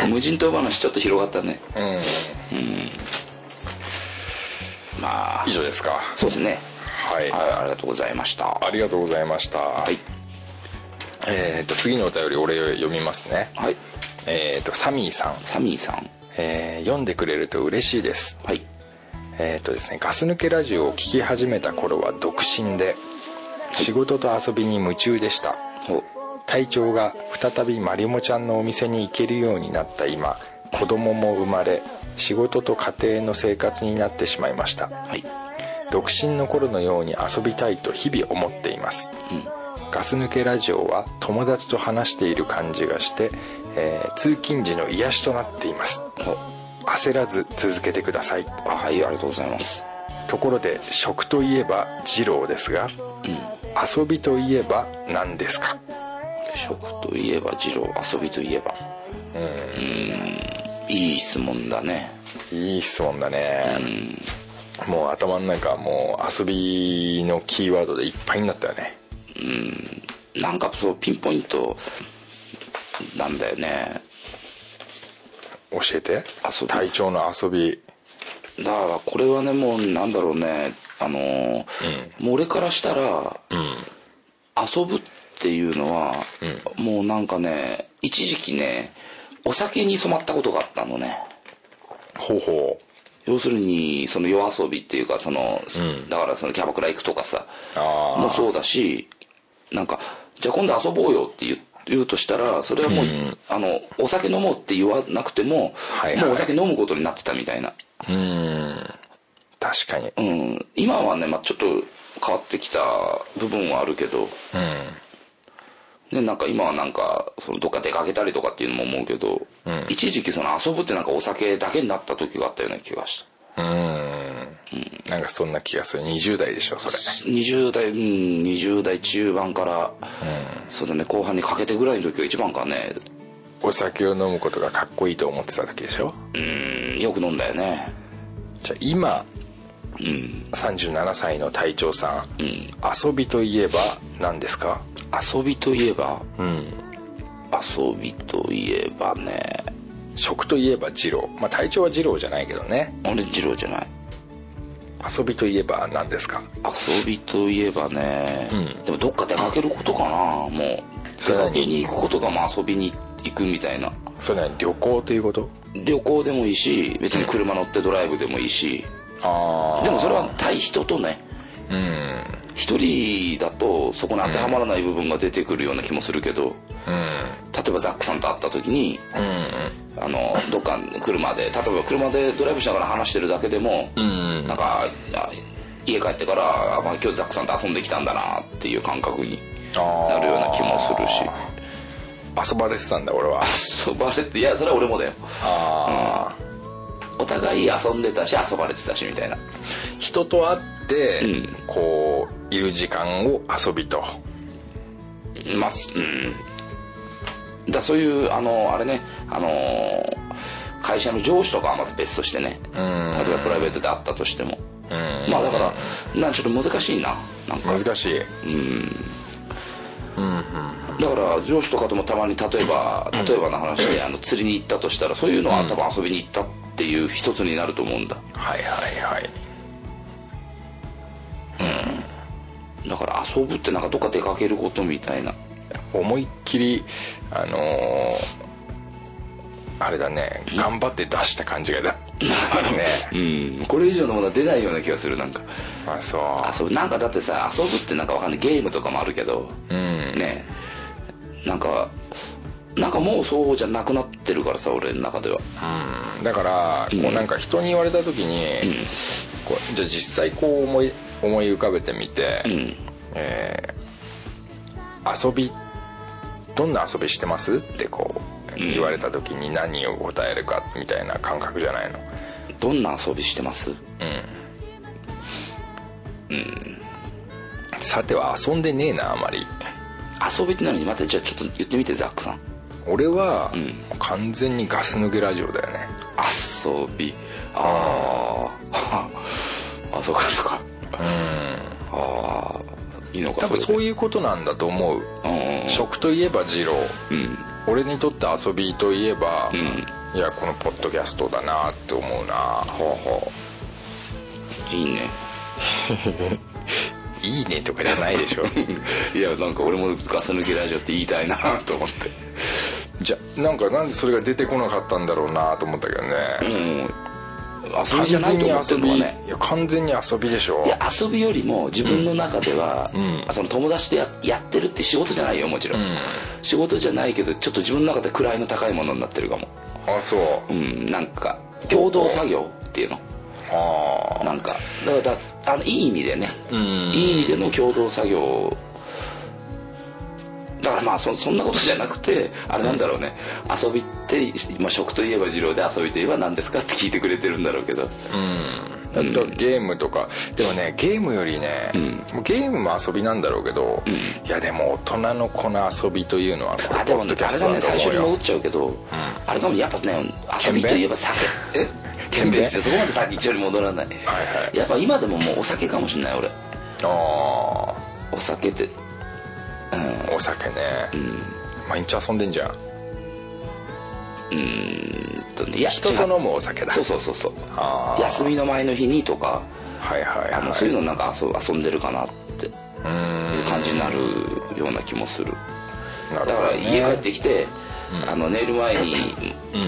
Speaker 3: 無無人島話ちょっと広がったね
Speaker 4: うん
Speaker 3: まあ
Speaker 4: 以上ですか
Speaker 3: そうですね
Speaker 4: はい、
Speaker 3: はいありがとうございました
Speaker 4: ありがとうございました、
Speaker 3: はい
Speaker 4: えっ、と次のお便り俺読みますね
Speaker 3: はい
Speaker 4: えっ、とサミーさん、
Speaker 3: サミーさん
Speaker 4: えー読んでくれると嬉しいです
Speaker 3: はい
Speaker 4: えっ、とですねガス抜けラジオを聞き始めた頃は独身で仕事と遊びに夢中でした
Speaker 3: ほ
Speaker 4: 隊長が再びまりもちゃんのお店に行けるようになった今子供も生まれ仕事と家庭の生活になってしまいました
Speaker 3: はい
Speaker 4: 独身の頃のように遊びたいと日々思っています、ガス抜けラジオは友達と話している感じがして、えー通勤時の癒しとなっています
Speaker 3: ほ
Speaker 4: 焦らず続けてください
Speaker 3: あはいありがとうございます
Speaker 4: ところで食といえば二郎ですが、遊びといえば何ですか
Speaker 3: 食といえば二郎遊びといえばうんいい質問だね
Speaker 4: いい質問だね、もう頭の中はもう遊びのキーワードでいっぱいになったよね
Speaker 3: なんかそうピンポイントなんだよね
Speaker 4: 教えて
Speaker 3: 遊び
Speaker 4: 隊長の遊び
Speaker 3: だからこれはねもうなんだろうねあのーもう俺からしたら、遊ぶっていうのは、もうなんかね一時期ねお酒に染まったことがあったのね
Speaker 4: 方法
Speaker 3: 要するにその夜遊びっていうかその、だからそのキャバクラ行くとかさ
Speaker 4: あー
Speaker 3: もうそうだしなんかじゃあ今度遊ぼうよって言う言うとしたらそれはもう、あのお酒飲もうって言わなくても、
Speaker 4: はいはい
Speaker 3: もうお酒飲むことになってたみたいな
Speaker 4: うん確かに
Speaker 3: うん、今はね、まあ、ちょっと変わってきた部分はあるけど、ね、なんか今はなんかそのどっか出かけたりとかっていうのも思うけど、一時期その遊ぶってなんかお酒だけになった時があったような気がし
Speaker 4: うんなんかそんな気がする20代でしょそれ
Speaker 3: た20代うん20代中盤から、そうだね後半にかけてぐらいの時が一番かね
Speaker 4: お酒を飲むことがかっこいいと思ってた時でしょ
Speaker 3: うんよく飲んだよね
Speaker 4: じゃあ今
Speaker 3: うん
Speaker 4: 37歳の隊長さん、遊びといえば何ですか
Speaker 3: 遊びといえば
Speaker 4: うん
Speaker 3: 遊びといえばね
Speaker 4: 食といえば二郎まあ隊長は二郎じゃないけどね
Speaker 3: 俺二郎じゃない
Speaker 4: 遊びといえば何ですか
Speaker 3: 遊びといえばね、
Speaker 4: うん
Speaker 3: でもどっか出かけることかなもう
Speaker 4: そ
Speaker 3: 出
Speaker 4: れ
Speaker 3: か
Speaker 4: 何
Speaker 3: けに行くことがまあ遊びに行くみたいな
Speaker 4: それは旅行ということ
Speaker 3: 旅行でもいいし別に車乗ってドライブでもいいし
Speaker 4: ああ
Speaker 3: でもそれは対人とね
Speaker 4: うん
Speaker 3: 一人だとそこに当てはまらない部分が出てくるような気もするけど、例えばザックさんと会った時にあのどっか車で例えば車でドライブしながら話してるだけでも、
Speaker 4: うん
Speaker 3: なんかあ家帰ってから、あまあ、今日ザックさんと遊んできたんだなっていう感覚に
Speaker 4: あ
Speaker 3: な
Speaker 4: ー
Speaker 3: るような気もするし
Speaker 4: 遊ばれてたんだ俺は
Speaker 3: 遊ばれていやそれは俺もだよ
Speaker 4: ああ
Speaker 3: お互い遊んでたし遊ばれてたしみたいな
Speaker 4: 人と会って、
Speaker 3: うん
Speaker 4: こういる時間を遊びと
Speaker 3: まあすうんだそういうあのあれねあのー会社の上司とかはまた別としてね例
Speaker 4: ん
Speaker 3: えばプライベートであったとしても
Speaker 4: うん
Speaker 3: まあだからなんちょっと難しいななんか
Speaker 4: 難しい
Speaker 3: だから上司とかともたまに例えば例えばの話であの釣りに行ったとしたらそういうのは多分遊びに行ったっていう一つになると思うんだ
Speaker 4: はいはいはい
Speaker 3: だから遊ぶってなんかどっか出かけることみたいな
Speaker 4: 思いっきりあのーあれだね頑張って出した感じがだある ね
Speaker 3: うんこれ以上のものは出ないような気がするなんか
Speaker 4: あそう
Speaker 3: 遊ぶなんかだってさ遊ぶってなんかわかんないゲームとかもあるけど、
Speaker 4: うん
Speaker 3: ねなんかなんかもうそうじゃなくなってるからさ俺の中では
Speaker 4: だからこうなんか人に言われた時に、こうじゃあ実際こう思い思い浮かべてみて、
Speaker 3: ん
Speaker 4: えー遊びどんな遊びしてますってこう言われた時に何を答えるかみたいな感覚じゃないの
Speaker 3: どんな遊びしてます
Speaker 4: さては遊んでねえなあまり
Speaker 3: 遊びって何またじゃあちょっと言ってみてザックさん
Speaker 4: 俺は、完全にガス抜けラジオだよね
Speaker 3: 遊びああ あそうかそうかああいいのか
Speaker 4: 多分そう
Speaker 3: う
Speaker 4: いうことなんだと思う
Speaker 3: うん
Speaker 4: 食といえば二郎
Speaker 3: うん
Speaker 4: 俺にとって遊びといえば、
Speaker 3: ん
Speaker 4: いやこのポッドキャストだなって思うな
Speaker 3: ほうほういいね
Speaker 4: いいねとかじゃないで しょ
Speaker 3: いやなんか俺もガス抜けラジオって言いたいなと思って
Speaker 4: じゃなんかなんでそれが出てこなかったんだろうなと思ったけどね、
Speaker 3: うん遊
Speaker 4: 完
Speaker 3: びじゃ
Speaker 4: 全
Speaker 3: ないと
Speaker 4: に
Speaker 3: 思って
Speaker 4: 遊
Speaker 3: るの
Speaker 4: び
Speaker 3: はね
Speaker 4: いや完全に遊びでしょ
Speaker 3: いや遊びよりも自分の中では、
Speaker 4: うん
Speaker 3: その友達とややってるって仕事じゃないよもちろん、
Speaker 4: うん
Speaker 3: 仕事じゃないけどちょっと自分の中で位の高いものになってるかも
Speaker 4: あそう
Speaker 3: うんなんか共同作業っていうの
Speaker 4: ああ
Speaker 3: なんかだからだあのいい意味でね、
Speaker 4: うん
Speaker 3: いい意味での共同作業だからまあそそんなことじゃなくてあれなんだろうね、遊びって、まあ、食といえば二郎で遊びといえば何ですかって聞いてくれてるんだろうけど
Speaker 4: だとゲームとかでもねゲームよりね、もうゲームも遊びなんだろうけど、いやでも大人の子の遊びというのはこれ
Speaker 3: あでもねあれだね最初に戻っちゃうけど、あれでもやっぱね遊びといえば 酒え検
Speaker 4: 剣弁
Speaker 3: 便してそこまで先一緒に戻らない
Speaker 4: はいは
Speaker 3: やっぱ今でももうお酒かもしんない俺
Speaker 4: あ
Speaker 3: お酒って
Speaker 4: あお酒ね、毎日遊んでんじゃん
Speaker 3: うーんとねいや
Speaker 4: 人
Speaker 3: 違う
Speaker 4: と飲むお酒だ
Speaker 3: そうそうそうそう
Speaker 4: あー
Speaker 3: 休みの前の日にとか
Speaker 4: はいはい
Speaker 3: あ
Speaker 4: は
Speaker 3: の
Speaker 4: い
Speaker 3: そういうのなんか遊遊んでるかなって
Speaker 4: うーん
Speaker 3: 感じになるような気もする
Speaker 4: な
Speaker 3: だ
Speaker 4: る
Speaker 3: か
Speaker 4: ほ
Speaker 3: ら
Speaker 4: ど、ね、
Speaker 3: 家帰ってきて、あの寝る前に、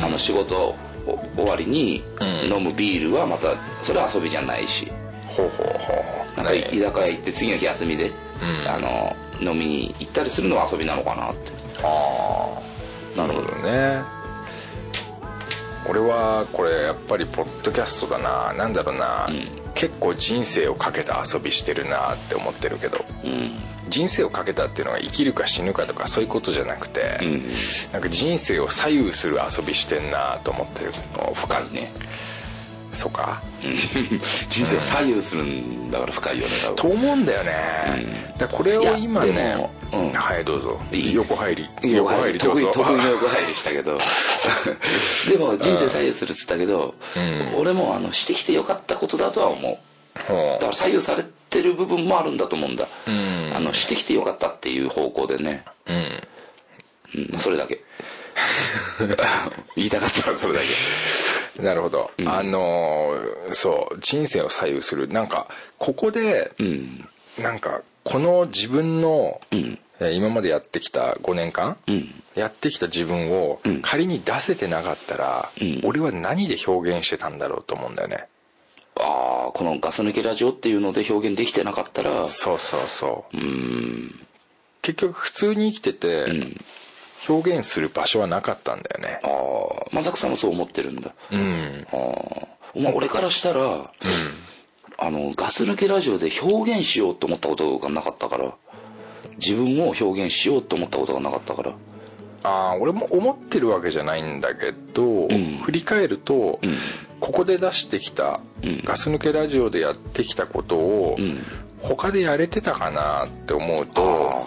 Speaker 3: あの仕事お終わりに
Speaker 4: うん
Speaker 3: 飲むビールはまたそれは遊びじゃないし
Speaker 4: ほうほうほう
Speaker 3: なんか居酒屋行って次の日休みで、
Speaker 4: うん
Speaker 3: あの飲みに行ったりするのは遊びなのかなって
Speaker 4: ああなるほどね俺はこれやっぱりポッドキャストだななんだろうな、結構人生をかけた遊びしてるなって思ってるけど
Speaker 3: うん
Speaker 4: 人生をかけたっていうのが生きるか死ぬかとかそういうことじゃなくて、
Speaker 3: ん
Speaker 4: なんか人生を左右する遊びしてんなと思ってる
Speaker 3: あ深いね
Speaker 4: そうか
Speaker 3: 人生を左右するんだから深いよね多
Speaker 4: と
Speaker 3: 分
Speaker 4: 思うんだよね、だからこれを今
Speaker 3: いやで
Speaker 4: ね
Speaker 3: も、うん
Speaker 4: はいどうぞ
Speaker 3: いい
Speaker 4: 横入り
Speaker 3: 横
Speaker 4: 横
Speaker 3: 入
Speaker 4: 入
Speaker 3: り
Speaker 4: りどう
Speaker 3: 得意
Speaker 4: ぞ
Speaker 3: 得意の横入りしたけ どでも人生左右するっつったけど、
Speaker 4: うん
Speaker 3: 俺もあのしてきてよかったことだとは思う
Speaker 4: ほ
Speaker 3: だから左右されてる部分もあるんだと思うんだ、
Speaker 4: うん
Speaker 3: あのしてきてよかったっていう方向でね、
Speaker 4: ううん
Speaker 3: うん、それだけ 言いたかったらそれだけ
Speaker 4: なるほど、あのーそう人生を左右するなんかここで、
Speaker 3: うん
Speaker 4: なんかこの自分の、
Speaker 3: ん
Speaker 4: えー今までやってきた5年間、
Speaker 3: うん
Speaker 4: やってきた自分を
Speaker 3: ん
Speaker 4: 仮に出せてなかったら、
Speaker 3: ん
Speaker 4: 俺は何で表現してたんだろうと思うんだよね
Speaker 3: ああこのガス抜けラジオっていうので表現できてなかったら
Speaker 4: そうそうそう
Speaker 3: うん
Speaker 4: 結局普通に生きてて、
Speaker 3: ん
Speaker 4: 表現する場所はなかったんだよね
Speaker 3: ああまさくさんもそう思ってるんだ
Speaker 4: うん
Speaker 3: ああお前俺からしたら、あのガス抜けラジオで表現しようと思ったことがなかったから自分を表現しようと思ったことがなかったから
Speaker 4: ああ俺も思ってるわけじゃないんだけど、
Speaker 3: ん
Speaker 4: 振り返ると、
Speaker 3: ん
Speaker 4: ここで出してきた、
Speaker 3: ん
Speaker 4: ガス抜けラジオでやってきたことを、
Speaker 3: ん
Speaker 4: 他でやれてたかなって思うと
Speaker 3: あ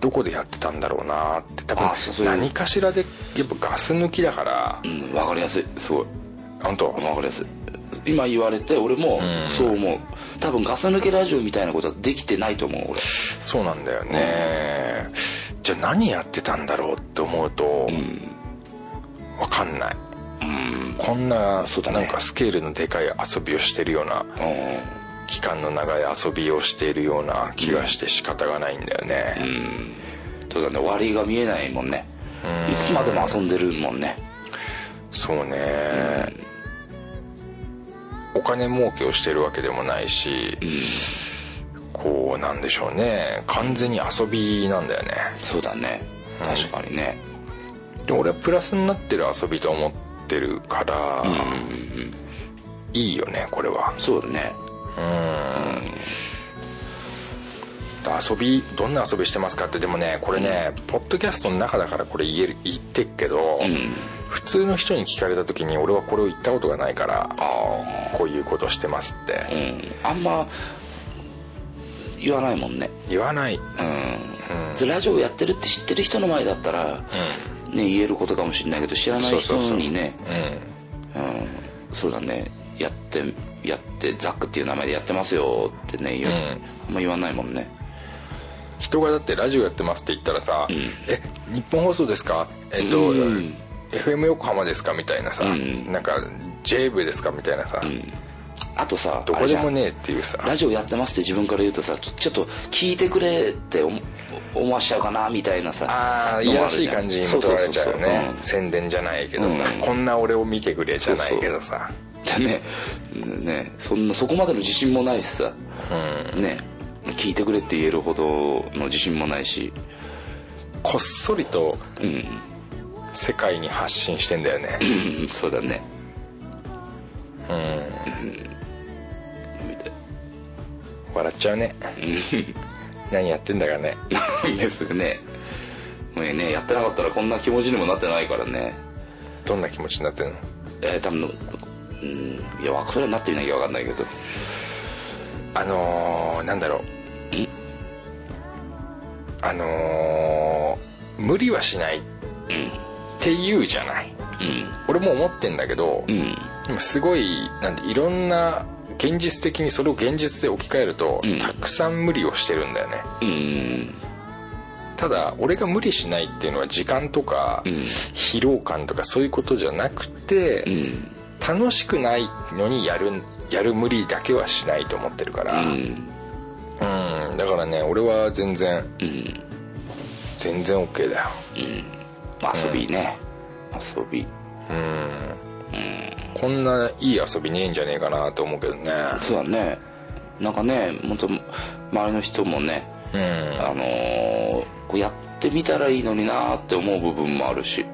Speaker 4: どこでやってたんだろうなって多
Speaker 3: あーそうそ
Speaker 4: 分
Speaker 3: ういう
Speaker 4: 何かしらでやっぱガス抜きだから
Speaker 3: あ、うん、わかりやすいすごい
Speaker 4: 本当
Speaker 3: わかりやすい今言われて俺も
Speaker 4: うん
Speaker 3: そう思う、多分ガス抜けラジオみたいなことはできてないと思う俺
Speaker 4: そうなんだよね、じゃあ何やってたんだろうって思うと、わかんない
Speaker 3: うん
Speaker 4: こんな、
Speaker 3: そうだね
Speaker 4: なんかスケールのでかい遊びをしてるような期間の長い遊びをしているような気がして仕方がないんだよ
Speaker 3: う
Speaker 4: ね、
Speaker 3: んそうだね終わりが見えないもんねいつまでも遊んでるもんね
Speaker 4: そうね、お金儲けをしてるわけでもないし、こうなんでしょうね完全に遊びなんだよね
Speaker 3: そうだね確かにね
Speaker 4: でも俺はプラスになってる遊びと思ってるから、いいよねこれは
Speaker 3: そうだね
Speaker 4: 遊びどんな遊びしてますかってでもねこれね、ポッドキャストの中だからこれ言える言ってっけど、
Speaker 3: ん
Speaker 4: 普通の人に聞かれた時に俺はこれを言ったことがないから
Speaker 3: ああ
Speaker 4: こういうことしてますって、
Speaker 3: うんあんま言わないもんね
Speaker 4: 言わない
Speaker 3: うん、ラジオやってるって知ってる人の前だったら、ね、言えることかもしれないけど知らない人にねうんそうだねやってやってザックっていう名前でやってますよってね言う、
Speaker 4: うん
Speaker 3: あんま言わないもんね
Speaker 4: 人がだってラジオやってますって言ったらさ「え日本放送ですか?」えっと、
Speaker 3: うん
Speaker 4: FM 横浜ですか?」みたいなさ、
Speaker 3: うん
Speaker 4: なんか「j 部ですか?」みたいなさ、
Speaker 3: あとさ
Speaker 4: ど
Speaker 3: あ
Speaker 4: こ
Speaker 3: れじ
Speaker 4: で
Speaker 3: ゃん
Speaker 4: もねえっていうさ
Speaker 3: ラジオやってますって自分から言うとさきちょっと聞いてくれって思思わしちゃうかなみたいなさ
Speaker 4: ああいやらしい感じに
Speaker 3: そう
Speaker 4: 取
Speaker 3: そう
Speaker 4: ら
Speaker 3: そ
Speaker 4: れ
Speaker 3: う
Speaker 4: ちゃうよね
Speaker 3: ん
Speaker 4: 宣伝じゃないけどさ、
Speaker 3: うん
Speaker 4: こんな俺を見てくれじゃないけどさ
Speaker 3: でねねそんなそこまでの自信もないしさ、ね聞いてくれって言えるほどの自信もないし
Speaker 4: こっそりと
Speaker 3: うん、
Speaker 4: 世界に発信してんだよね
Speaker 3: うん、そうだね
Speaker 4: 笑っちゃうね何やってんだかね
Speaker 3: ですねもうねやってなかったらこんな気持ちにもなってないからね
Speaker 4: どんな気持ちになってんの
Speaker 3: えー、多分うんいやわそれはなってみなきゃわかんないけど
Speaker 4: あのー、なんだろうあのー、無理はしないって言うじゃない俺も思ってんだけど、
Speaker 3: うんうん
Speaker 4: でもすごいなんていろんな現実的にそれを現実で置き換えると、
Speaker 3: うん
Speaker 4: たくさん無理をしてるんだよね
Speaker 3: うん
Speaker 4: ただ俺が無理しないっていうのは時間とか、
Speaker 3: ん
Speaker 4: 疲労感とかそういうことじゃなくて、
Speaker 3: うん
Speaker 4: 楽しくないのにやるやる無理だけはしないと思ってるか
Speaker 3: う
Speaker 4: ら、うん、
Speaker 3: ん
Speaker 4: だからね俺は全然
Speaker 3: うん
Speaker 4: 全然 OK だよ
Speaker 3: 遊びね、遊び
Speaker 4: こんないい遊びねえんじゃねえかなと思うけどね
Speaker 3: そうだねなんかね本当周りの人もね、
Speaker 4: うん
Speaker 3: あのーこうやってみたらいいのになーって思う部分もあるし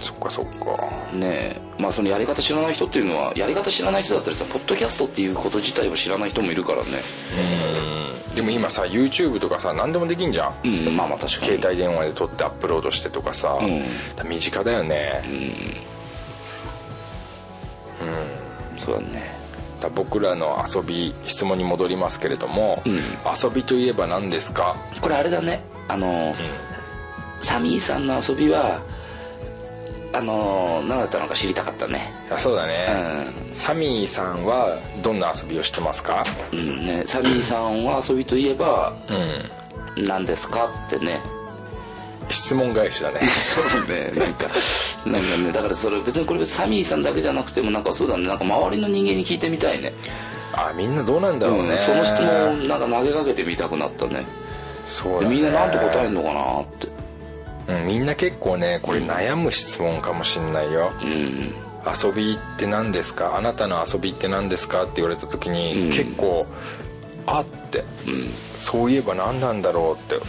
Speaker 4: そっかそっか
Speaker 3: ねえまあそのやり方知らない人っていうのはやり方知らない人だったらさポッドキャストっていうこと自体を知らない人もいるからね
Speaker 4: でも今さ YouTube とかさ何でもできんじゃん
Speaker 3: うんまあまあ確かに
Speaker 4: 携帯電話で撮ってアップロードしてとかさ、
Speaker 3: ん
Speaker 4: 身近だよね、
Speaker 3: そうだね
Speaker 4: だ僕らの遊び質問に戻りますけれども、遊びといえば何ですか
Speaker 3: これあれだねあのーサミーさんの遊びはあのー何だったのか知りたかったね
Speaker 4: あそうだね、サミーさんはどんな遊びをしてますか
Speaker 3: うんねサミーさんは遊びといえば
Speaker 4: うん
Speaker 3: 何ですかってね
Speaker 4: 質問返しだね
Speaker 3: そうねなんかなんかねだからそれ別にこれ別にサミーさんだけじゃなくてもなんかそうだねなんか周りの人間に聞いてみたいね
Speaker 4: あみんなどうなんだろうね、
Speaker 3: うんその質問なんか投げかけてみたくなったね
Speaker 4: そう
Speaker 3: で
Speaker 4: だね
Speaker 3: みんな何て答えるのかなって
Speaker 4: うん、みんな結構ねこれ悩む質問かもしんないよ、
Speaker 3: うん
Speaker 4: 遊びって何ですかあなたの遊びって何ですかって言われた時に、
Speaker 3: うん
Speaker 4: 結構あって、そういえば何なんだろうって思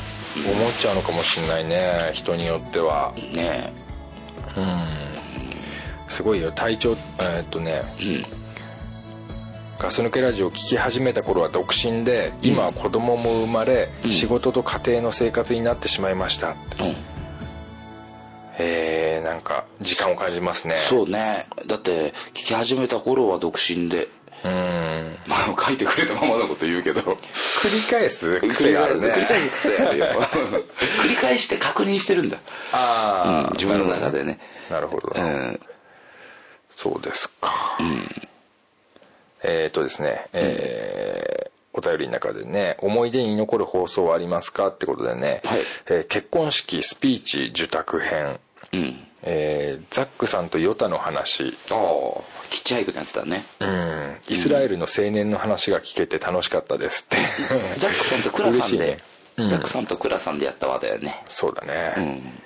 Speaker 4: っちゃうのかもしんないね人によっては
Speaker 3: ね
Speaker 4: すごいよ体調えーっとね
Speaker 3: えうん
Speaker 4: ガス抜けラジオを聞き始めた頃は独身で今は子供も生まれ、
Speaker 3: ん
Speaker 4: 仕事と家庭の生活になってしまいましたって
Speaker 3: うん
Speaker 4: えー、なんか時間を感じますね
Speaker 3: そうねだって聞き始めた頃は独身で
Speaker 4: うん
Speaker 3: まあ書いてくれたままのこと言うけど
Speaker 4: 繰り返す癖があるね
Speaker 3: 繰り返す癖 あるよ繰り返して確認してるんだ、うん
Speaker 4: ああ、
Speaker 3: 自分の中でね
Speaker 4: なるほど、
Speaker 3: うん
Speaker 4: そうですか、えっ、とですねえーお便りの中でね「思い出に残る放送はありますか?」ってことでね、
Speaker 3: はい
Speaker 4: えー結婚式スピーチ受託編」
Speaker 3: うん
Speaker 4: えーザックさんとヨタの話
Speaker 3: ああヒッチハイクのやつだね
Speaker 4: うんイスラエルの青年の話が聞けて楽しかっ たです」って
Speaker 3: ザックさんとクラさ
Speaker 4: 嬉し
Speaker 3: ん
Speaker 4: いね
Speaker 3: で、ザックさんとクラさんでやったわだよね
Speaker 4: そうだね、
Speaker 3: うん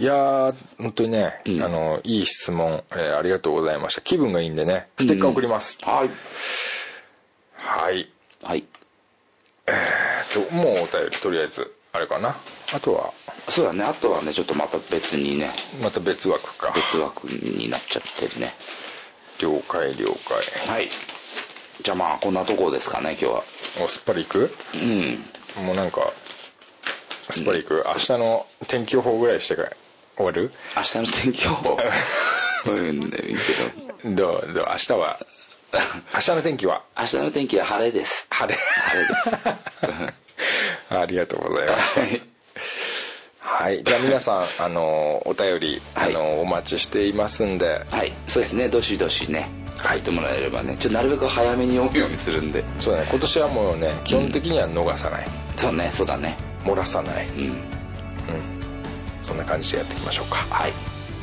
Speaker 4: いやー本当にね、
Speaker 3: ん
Speaker 4: あのいい質問、えーありがとうございました気分がいいんでねステッカー送ります、
Speaker 3: はい
Speaker 4: はい
Speaker 3: はい
Speaker 4: ともうお便りとりあえずあれかなあとは
Speaker 3: そうだねあとはねちょっとまた別にね
Speaker 4: また別枠か
Speaker 3: 別枠になっちゃってね
Speaker 4: 了解了
Speaker 3: はいじゃあまあこんなとこですかね今日は
Speaker 4: 解おすっぱりいく
Speaker 3: うん
Speaker 4: もうなんかすっぱりいく、明日の天気予報ぐらいしてから終わる
Speaker 3: 明日の天気予報うんいいけど
Speaker 4: どうどう明日は明日の天気は
Speaker 3: 明日の天気は晴れです
Speaker 4: 晴れ
Speaker 3: 晴れです
Speaker 4: ありがとうございました
Speaker 3: はい
Speaker 4: はいじゃあ 皆さんあのお便り、
Speaker 3: はい
Speaker 4: あのお待ちしていますんで
Speaker 3: はいそうですねどしどしね
Speaker 4: はい
Speaker 3: 入ってもらえればねちょっとなるべく早めに読むようにするんで
Speaker 4: そうだね今年はもうね基本的には逃さない、
Speaker 3: そうねそうだね
Speaker 4: 漏らさない、
Speaker 3: うん
Speaker 4: そんな感じでやっていきましょうか
Speaker 3: はい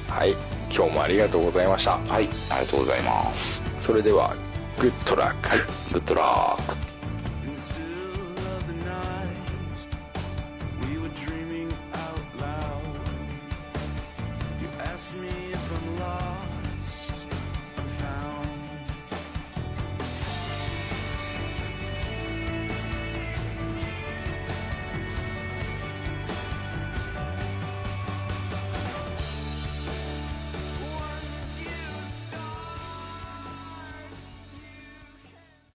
Speaker 4: はい今日もありがとうございました
Speaker 3: はいありがとうございます
Speaker 4: それではグッドラック、
Speaker 3: グッドラック
Speaker 2: In the still of the night, we were dreaming out loud. You asked me if I'm lost.